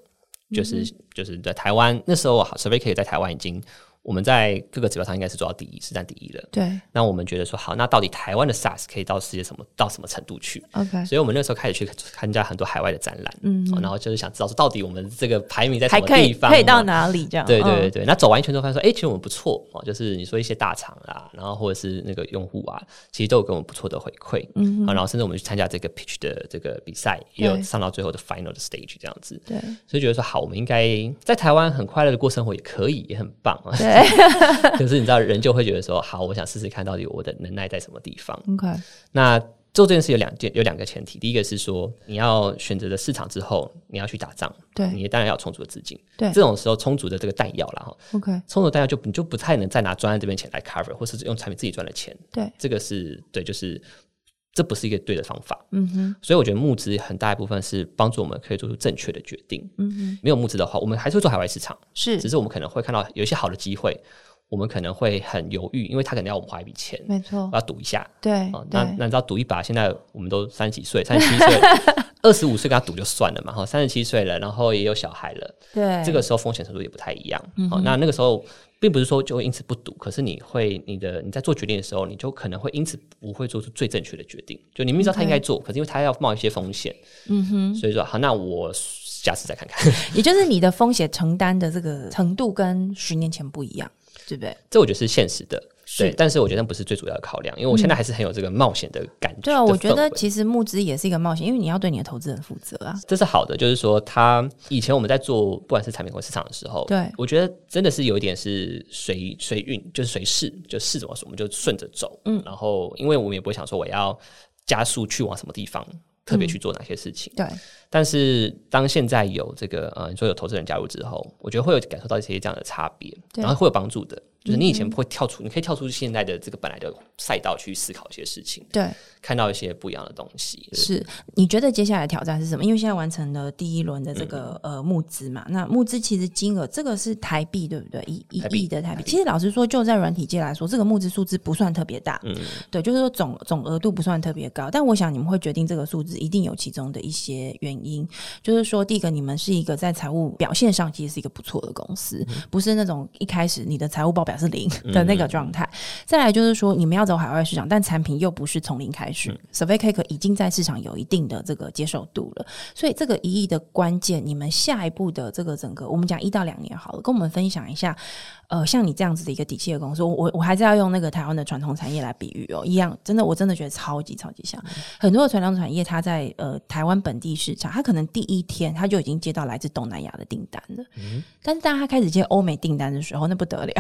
A: 嗯
B: 就是、就是在台湾那时候好 Survey K 在台湾已经我们在各个指标上应该是做到第一，是占第一了。
A: 对
B: 那我们觉得说好，那到底台湾的 SaaS 可以到世界什么到什么程度去？
A: ，OK，
B: 所以我们那时候开始去参加很多海外的展览，嗯、然后就是想知道说到底我们这个排名在什
A: 还
B: 么
A: 可以
B: 地方，啊
A: 可以到哪里这样？
B: 对对
A: 嗯
B: 对对，那走完一圈之后发现说，哎、其实我们不错哦，就是你说一些大厂啦，然后或者是那个用户啊，其实都有给我们不错的回馈，嗯、啊，然后甚至我们去参加这个 pitch 的这个比赛，也有
A: 对
B: 上到最后的 final 的 stage 这样子，
A: 对
B: 所以觉得说好，我们应该在台湾很快乐的过生活也可以，也很棒啊。
A: (laughs)
B: 可是你知道，人就会觉得说，好，我想试试看到底我的能耐在什么地方。
A: ，OK，
B: 那做这件事有两件有两个前提，第一个是说你要选择的市场之后，你要去打仗，
A: 对
B: 你当然要有充足的资金，
A: 对
B: 这种时候充足的这个弹药啦，哈，
A: ，OK，
B: 充足弹药就你就不太能再拿专案这边钱来 cover，或是用产品自己赚的钱，
A: 对，
B: 这个是对，就是这不是一个对的方法，
A: 嗯哼，
B: 所以我觉得募资很大一部分是帮助我们可以做出正确的决定，
A: 嗯哼，
B: 没有募资的话，我们还是会做海外市场，只
A: 是
B: 是我们可能会看到有一些好的机会，我们可能会很犹豫，因为他可能要我们花一笔钱，
A: 没错
B: 我，要赌一下，
A: 对
B: 哦，那
A: 对
B: 那你知道赌一把，现在我们都三十几岁、三十七岁、二十五岁跟他赌就算了嘛，哈，三十七岁了，然后也有小孩了，
A: 对，嗯
B: 这个时候风险程度也不太一样。哦，那那个时候并不是说就会因此不赌，可是你会你的你在做决定的时候，你就可能会因此不会做出最正确的决定。就你明知道他应
A: 嗯
B: 该做，可是因为他要冒一些风险，嗯哼，所以说好，那我下次再看 (laughs) 看。
A: 也就是你的风险承担的这个程度跟十年前不一样，对不对？
B: 这我觉得是现实的。
A: 是嗯
B: 对，但是我觉得那不是最主要的考量，因为我现在还是很有这个冒险的感觉。
A: 对啊，我觉得
B: 氛围
A: 其实募资也是一个冒险，因为你要对你的投资人负责啊。
B: 这是好的，就是说，他以前我们在做不管是产品或市场的时候，
A: 对
B: 我觉得真的是有一点是随随运，就是随势，就是怎么说我们就顺着走，嗯，然后因为我们也不会想说我要加速去往什么地方，特别去做哪些事情。
A: 对，
B: 但是当现在有这个呃，你说有投资人加入之后，我觉得会有感受到一些这样的差别，
A: 对嗯
B: 然后会有帮助的，就是你以前不会跳出，你可以跳出现在的这个本来的赛道去思考一些事情，
A: 对，
B: 看到一些不一样的东西，
A: 是。你觉得接下来的挑战是什么？因为现在完成了第一轮的这个、
B: 嗯
A: 呃募资嘛，那募资其实金额这个是台币，对不对？一一
B: 台币
A: 亿的台币。其实老实说，就在软体界来说，这个募资数字不算特别大，嗯，对，就是说总总额度不算特别高。但我想你们会决定这个数字，一定有其中的一些原因。就是说，第一个，你们是一个在财务表现上其实是一个不错的公司，
B: 嗯
A: 不是那种一开始你的财务报表是零的那个状态。再来就是说，你们要走海外市场，但产品又不是从零开始。Survey Cake 已经在市场有一定的这个接受度了，所以这个一亿的关键，你们下一步的这个整个，我们讲一到两年好了，跟我们分享一下。呃，像你这样子的一个底气的公司，我我我还是要用那个台湾的传统产业来比喻哦，一样，真的，我真的觉得超级超级像。很多的传统产业，它在呃台湾本地市场，它可能第一天它就已经接到来自东南亚的订单了。但是当它开始接欧美订单的时候，那不得了。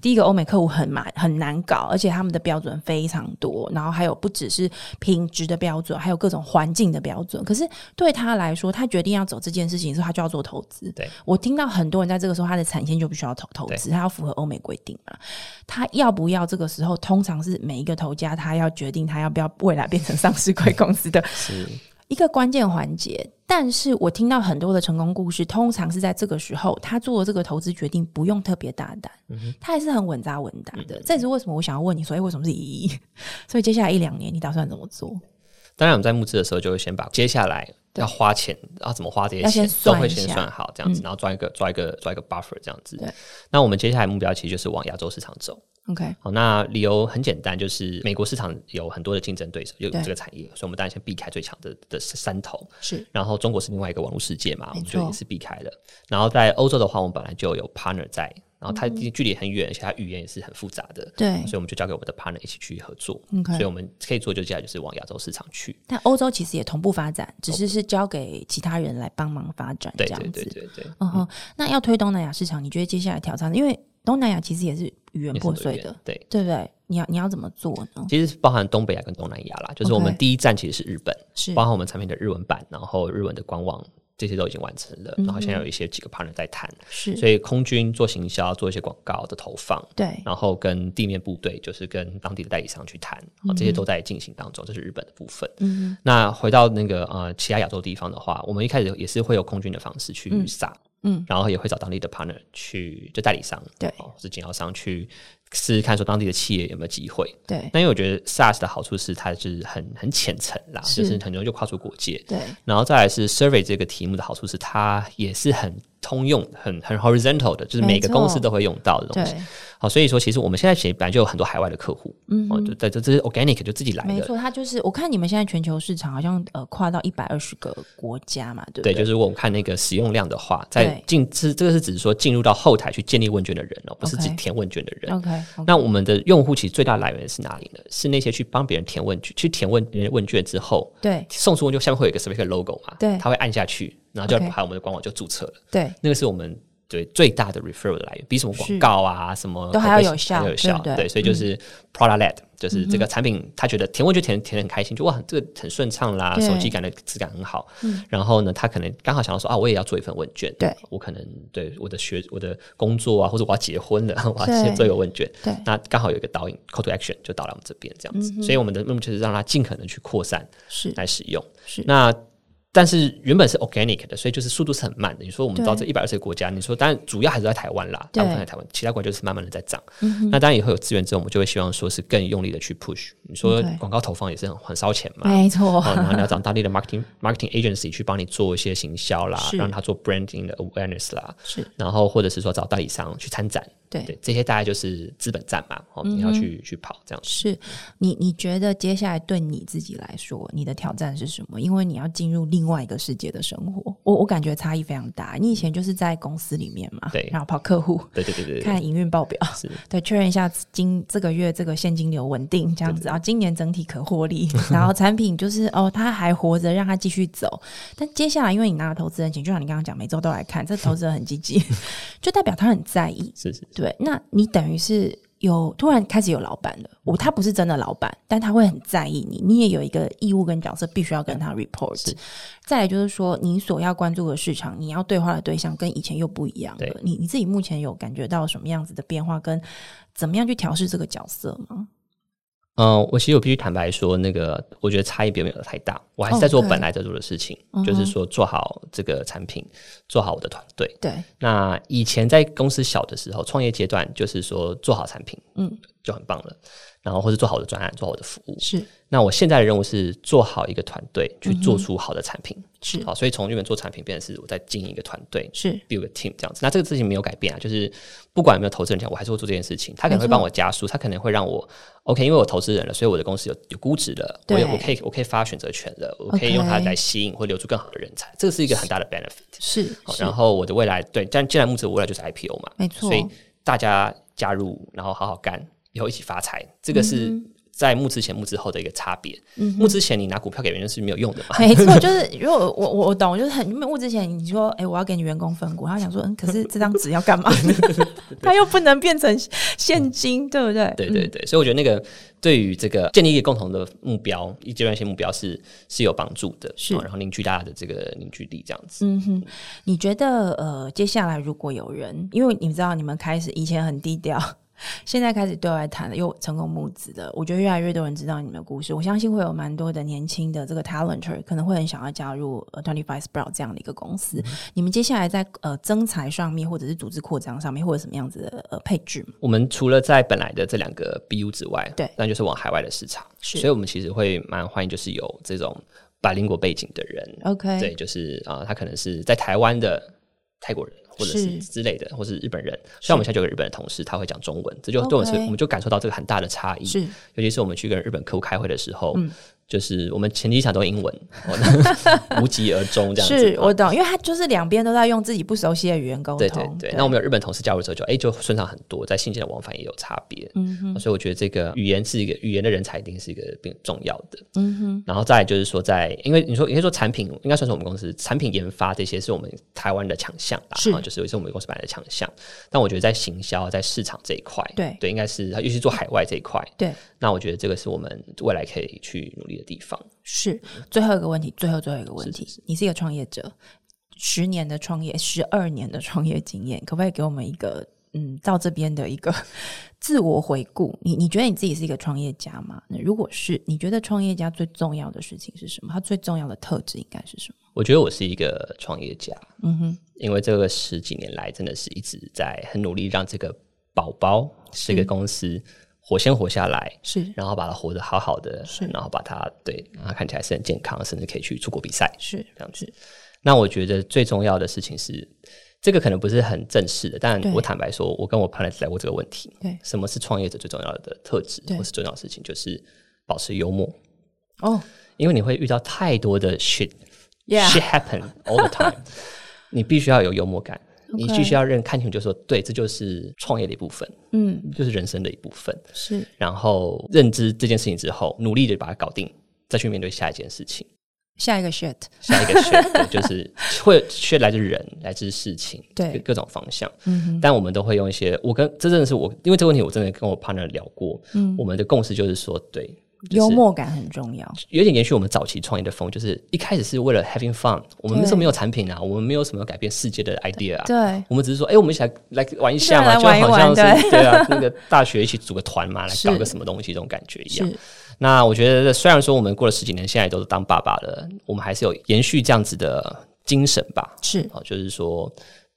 A: 第一个，欧美客户很麻很难搞，而且他们的标准非常多，然后还有不只是品质的标准，还有各种环境的标准。可是对他来说，他决定要走这件事情的时候，他就要做投资。
B: 对
A: 我听到很多人在这个时候，他的产线就必须要投投资，他要符合欧美规定嘛。他要不要这个时候，通常是每一个投家他要决定他要不要未来变成上市贵公司的
B: (laughs) 是
A: 一个关键环节。但是我听到很多的成功故事，通常是在这个时候，他做了这个投资决定，不用特别大胆，他还是很稳扎稳打的。
B: 嗯
A: 这也是为什么我想要问你说，哎，为什么是一亿？ (laughs) 所以接下来一两年，你打算怎么做？
B: 当然，我们在募资的时候就会先把接下来要花钱，要怎么花这些
A: 要先
B: 钱，都
A: 算
B: 会
A: 一
B: 先
A: 下嗯
B: 算好这样子，然后抓一个抓一个抓一个 buffer 这样子
A: 对。
B: 那我们接下来目标其实就是往亚洲市场走。
A: OK，
B: 好，那理由很简单，就是美国市场有很多的竞争对手，有
A: 对
B: 这个产业，所以我们当然先避开最强的的山头。
A: 是
B: 然后中国是另外一个网络世界嘛，我
A: 没
B: 们
A: 错
B: 就也是避开了。然后在欧洲的话，我们本来就有 partner 在然后它距离很远，而且它语言也是很复杂的，
A: 对
B: 所以我们就交给我们的 partner 一起去合作。
A: OK
B: 所以我们可以做就接下来就是往亚洲市场去。
A: 但欧洲其实也同步发展，只是是交给其他人来帮忙发展这
B: 哦对
A: 样
B: 对
A: 子。
B: 对对对，
A: 嗯哼，那要推东南亚市场，你觉得接下来挑战？因为东南亚其实也是语言
B: 也是
A: 破
B: 很多
A: 碎
B: 语言
A: 的，
B: 对。
A: 对不对？你要你要怎么做呢？
B: 其实包含东北亚跟东南亚啦，就是我们
A: OK 嗯
B: 第一站其实是日本，
A: 是
B: 包含我们产品的日文版，然后日文的官网这些都已经完成了，然后现在有一些几个 partner 在谈，
A: 嗯是，
B: 所以空军做行销，做一些广告的投放，
A: 对，
B: 然后跟地面部队，就是跟当地的代理商去谈，哦，
A: 嗯
B: 这些都在进行当中，这是日本的部分。嗯，那回到那个呃其他亚洲地方的话，我们一开始也是会有空军的方式去撒，
A: 嗯，
B: 然后也会找当地的 partner 去，就代理商，
A: 对
B: 哦，或是经销商去试试看，说当地的企业有没有机会。
A: 对，
B: 那因为我觉得 SaaS 的好处是它是很很浅层啦，
A: 是
B: 就是很容易就跨出国界。
A: 对，
B: 然后再来是 survey 这个题目的好处是它也是很通用、很很 horizontal 的，就是每个
A: 没错
B: 公司都会用到的东西。
A: 对，
B: 好，所以说其实我们现在其实本来就有很多海外的客户，嗯，哦，就在这这是 organic 就自己来
A: 没
B: 的。
A: 错，它就是我看你们现在全球市场好像呃跨到一百二十个国家嘛，对不
B: 对，
A: 对？
B: 就是如果我们看那个使用量的话，在
A: 对
B: 进是这个是只是说进入到后台去建立问卷的人哦，不是
A: OK 哦
B: 只填问卷的人。
A: OK，, o
B: 那我们的用户其实最大的来源是哪里呢？是那些去帮别人填问卷，去填问别人问卷之后，
A: 对
B: 送出问卷下面会有一个 survey logo 嘛，
A: 对
B: 他会按下去，然后就
A: OK
B: 把我们的官网就注册了。
A: 对
B: 那个是我们对最大的 referral 的来源，比什么广告啊什么
A: 都还要有效
B: 还要有效，
A: 对不对嗯
B: 所以就是 product led，、就是这个产品他觉得填问就填填得很开心，就哇这个很顺畅啦，
A: 对嗯
B: 手机感的质感很好。然后呢，他可能刚好想到说啊，我也要做一份问卷，
A: 对
B: 我可能对我的学我的工作啊，或者我要结婚了，我要
A: 对
B: 先做一个问卷。
A: 对
B: 那刚好有一个导引 call to action 就导到我们这边这样
A: 嗯
B: 子，所以我们的目的就是让它尽可能去扩散 (laughs)
A: 是
B: 来使用。
A: 是
B: 那但是原本是 organic 的，所以就是速度是很慢的。你说我们
A: 对
B: 到这一百二十个国家，你说当然主要还是在台湾啦，
A: 对嗯
B: 大部分在台湾，其他国家就是慢慢的在涨。那当然以后有资源之后，我们就会希望说是更用力的去 push。你说
A: OK
B: 广告投放也是很很烧钱嘛。
A: (laughs) 没错，
B: 哦，然后你要找当地的 marketing marketing agency 去帮你做一些行销啦
A: 是，
B: 让他做 branding 的 awareness 啦，
A: (laughs) 是
B: 然后或者是说找代理商去参展，
A: 对嗯
B: 对，这些大概就是资本战嘛，哦，你要去去跑这样子。
A: 是你你觉得接下来对你自己来说，你的挑战是什么？因为你要进入另外一个世界的生活，我我感觉差异非常大。你以前就是在公司里面嘛，
B: 对
A: 然后跑客户，
B: 对对对对对，
A: 看营运报表，对，确认一下今这个月这个现金流稳定这样子，然后今年整体可获利， (laughs) 然后产品就是哦，它还活着，让它继续走。但接下来，因为你拿了投资人钱，就像你刚刚讲，每周都来看，这投资人很积
B: (laughs)
A: 极，就代表他很在意。
B: 是是。
A: 对，那你等于是有突然开始有老板了，我他不是真的老板，但他会很在意你，你也有一个义务跟角色，必须要跟他 report。再来就是说，你所要关注的市场，你要对话的对象跟以前又不一样了
B: 对。
A: 你你自己目前有感觉到什么样子的变化，跟怎么样去调试这个角色吗？
B: 嗯，我其实我必须坦白说，那个我觉得差异并没有太大，我还是在
A: 哦
B: 做本来在做的事情，
A: 嗯
B: 就是说做好这个产品，做好我的团队。
A: 对，
B: 那以前在公司小的时候，创业阶段就是说做好产品，
A: 嗯，
B: 就很棒了，然后或是做好我的专案，做好我的服务。
A: 是
B: 那我现在的任务是做好一个团队，去做出好的产品。
A: 嗯是
B: 好，所以从原本做产品变成是我在经营一个团队，
A: 是，
B: build 个 team 这样子。那这个事情没有改变啊，就是不管有没有投资人钱，我还是会做这件事情。他可能会帮我加速，他可能会让我 OK，因为我投资人了，所以我的公司有有估值了，我
A: 对
B: 有我可以我可以发选择权了，我可
A: OK
B: 以用它来吸引或留住更好的人才，这个是一个很大的 benefit。
A: 是
B: 好，
A: (laughs) 是
B: 然后我的未来对，但既然募资我未来就是 IPO 嘛，
A: 没错
B: 所以大家加入，然后好好干，以后一起发财，这个是。
A: 嗯
B: 在募资前、募资后的一个差别。募资前你拿股票给别人是没有用的嘛？
A: 没错，就是如果我我我懂，就是很因为我之前你说，哎、我要给你员工分股，他想说，嗯，可是这张纸要 (laughs) 干嘛？他又不能变成现金，对不对？
B: 对对对，所以我觉得那个对于这个建立一个共同的目标、一阶段性目标是是有帮助的，
A: 是
B: 哦然后凝聚大家的这个凝聚力这样子。
A: 嗯哼，你觉得呃，接下来如果有人，因为你知道你们开始以前很低调， (laughs) 现在开始对外谈了，又成功募资的，我觉得越来越多人知道你们的故事，我相信会有蛮多的年轻的这个 talenter 可能会很想要加入呃 Twenty Five Sprout 这样的一个公司。你们接下来在呃增财上面，或者是组织扩张上面，会有什么样子的呃配置吗？
B: 我们除了在本来的这两个 BU 之外，
A: 对
B: 那就是往海外的市场，
A: 是
B: 所以我们其实会蛮欢迎就是有这种百灵国背景的人
A: OK，
B: 对，就是啊、呃他可能是在台湾的泰国人。或者
A: 是
B: 是之类的，或是日本人，像我们现在就有个日本的同事，他会讲中文，这就对我们是
A: OK
B: 我们就感受到这个很大的差异。
A: 是
B: 尤其是我们去跟日本客户开会的时候，就是我们前几场都英文，哦、无疾而终这样子。
A: 是我懂，因为他就是两边都在用自己不熟悉的语言沟通。
B: 对对对，那我们有日本同事加入之后就，哎就顺畅很多，在信件的往返也有差别。嗯哼，所以我觉得这个语言是一个语言的人才，一定是一个并重要的。嗯哼，然后再来就是说在，因为你说应该说产品应该算是我们公司产品研发这些是我们台湾的强项吧，
A: 是
B: 啊就是也是我们公司本来的强项。但我觉得在行销、在市场这一块，
A: 对
B: 对，应该是尤其是做海外这一块，
A: 对，
B: 那我觉得这个是我们未来可以去努力的地方。
A: 是最后一个问题，最后最后一个问题，你是一个创业者，十年的创业，十二年的创业经验，可不可以给我们一个嗯，到这边的一个 (laughs) 自我回顾？你你觉得你自己是一个创业家吗？那如果是，你觉得创业家最重要的事情是什么？他最重要的特质应该是什么？
B: 我觉得我是一个创业家，嗯哼，因为这个十几年来真的是一直在很努力让这个宝宝这个公司活鲜活下来，
A: 是
B: 然后把它活得好好的，
A: 是
B: 然后把它对，让它看起来是很健康，甚至可以去出国比赛
A: 是
B: 这样子。那我觉得最重要的事情是，这个可能不是很正式的，但
A: 对
B: 我坦白说，我跟我 partner 聊过这个问题，
A: 对
B: 什么是创业者最重要的特质
A: 对
B: 或是重要的事情，就是保持幽默，
A: 哦
B: 因为你会遇到太多的 shit
A: ，Yeah，
B: shit happen all the
A: (laughs)
B: time，你必须要有幽默感。你
A: OK
B: 必须要认看清楚，就说对，这就是创业的一部分，
A: 嗯，
B: 就是人生的一部分。
A: 是
B: 然后认知这件事情之后，努力的把它搞定，再去面对下一件事情。
A: 下一个 shit，
B: 下一个 (laughs) 学对就是会学来自人，来自事情，
A: 对嗯
B: 各各种方向。但我们都会用一些，我跟这真的是我，因为这个问题我真的跟我 partner 聊过，我们的共识就是说，对，
A: 嗯
B: 就是
A: 幽默感很重要，
B: 有点延续我们早期创业的风，就是一开始是为了 having fun，我们那时候没有产品啊，我们没有什么改变世界的 idea 啊，
A: 对，
B: 我们只是说，哎、我们一起来来玩一下嘛，
A: 是来
B: 就好
A: 玩一玩
B: 像是对啊，那个大学一起组个团嘛，来搞个什么东西这种感觉一样
A: 是。
B: 那我觉得，虽然说我们过了十几年，现在都是当爸爸了，我们还是有延续这样子的精神吧。
A: 是
B: 哦，就是说，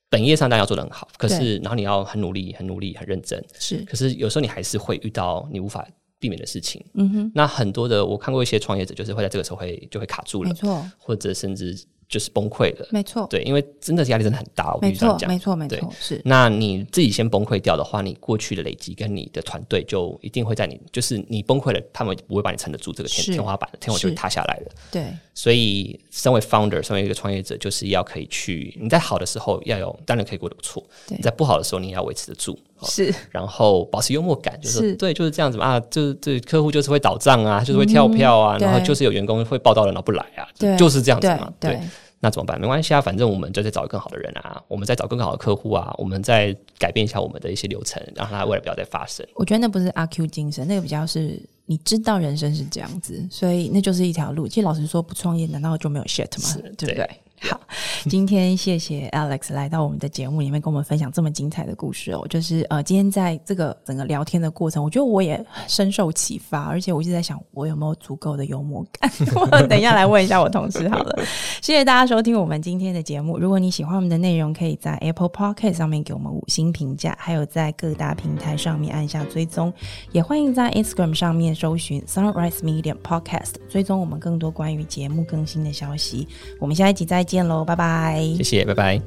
B: 本业上当然要做得很好，可
A: 对
B: 是然后你要很努力、很努力、很认真，
A: 是
B: 可是有时候你还是会遇到你无法避免的事情。嗯哼，那很多的我看过一些创业者，就是会在这个时候会就会卡住了
A: 没，错
B: 或者甚至就是崩溃了。
A: 没错
B: 对，因为真的是压力真的很大，我必
A: 没
B: 须这样
A: 错
B: 讲。
A: 没错没
B: 对
A: 错是
B: 那你自己先崩溃掉的话，你过去的累积跟你的团队就一定会在你，就是你崩溃了，他们不会把你撑得住这个天
A: 是
B: 天花板，天花板就会
A: 是
B: 塌下来了。
A: 对
B: 所以，身为 founder，身为一个创业者，就是要可以去你在好的时候要有，当然可以过得不错；
A: 对
B: 你在不好的时候，你也要维持得住。哦
A: 是
B: 然后保持幽默感，就是说
A: 是
B: 对，就是这样子嘛啊，就是对客户就是会倒账啊，就是会跳票
A: 嗯
B: 啊，
A: 对
B: 然后就是有员工会报到了然后不来啊，
A: 对
B: 就就是这样子
A: 对
B: 嘛，
A: 对
B: 那怎么办？没关系啊，反正我们就在找更好的人啊，我们在找更好的客户啊，我们再改变一下我们的一些流程，让它未来不要再发生。
A: 我觉得那不是阿 Q 精神，那个比较是你知道人生是这样子，所以那就是一条路。其实老实说，不创业难道就没有 shit 吗？对不对？好，今天谢谢 Alex 来到我们的节目里面，跟我们分享这么精彩的故事哦。就是呃，今天在这个整个聊天的过程，我觉得我也深受启发，而且我一直在想，我有没有足够的幽默感？ (laughs) 我等一下来问一下我同事好了。 (laughs) 谢谢大家收听我们今天的节目。如果你喜欢我们的内容，可以在 Apple Podcast 上面给我们五星评价，还有在各大平台上面按下追踪。也欢迎在 Instagram 上面搜寻 Sunrise Media Podcast，追踪我们更多关于节目更新的消息。我们下一集再见喽，拜拜。
B: 谢谢，拜拜。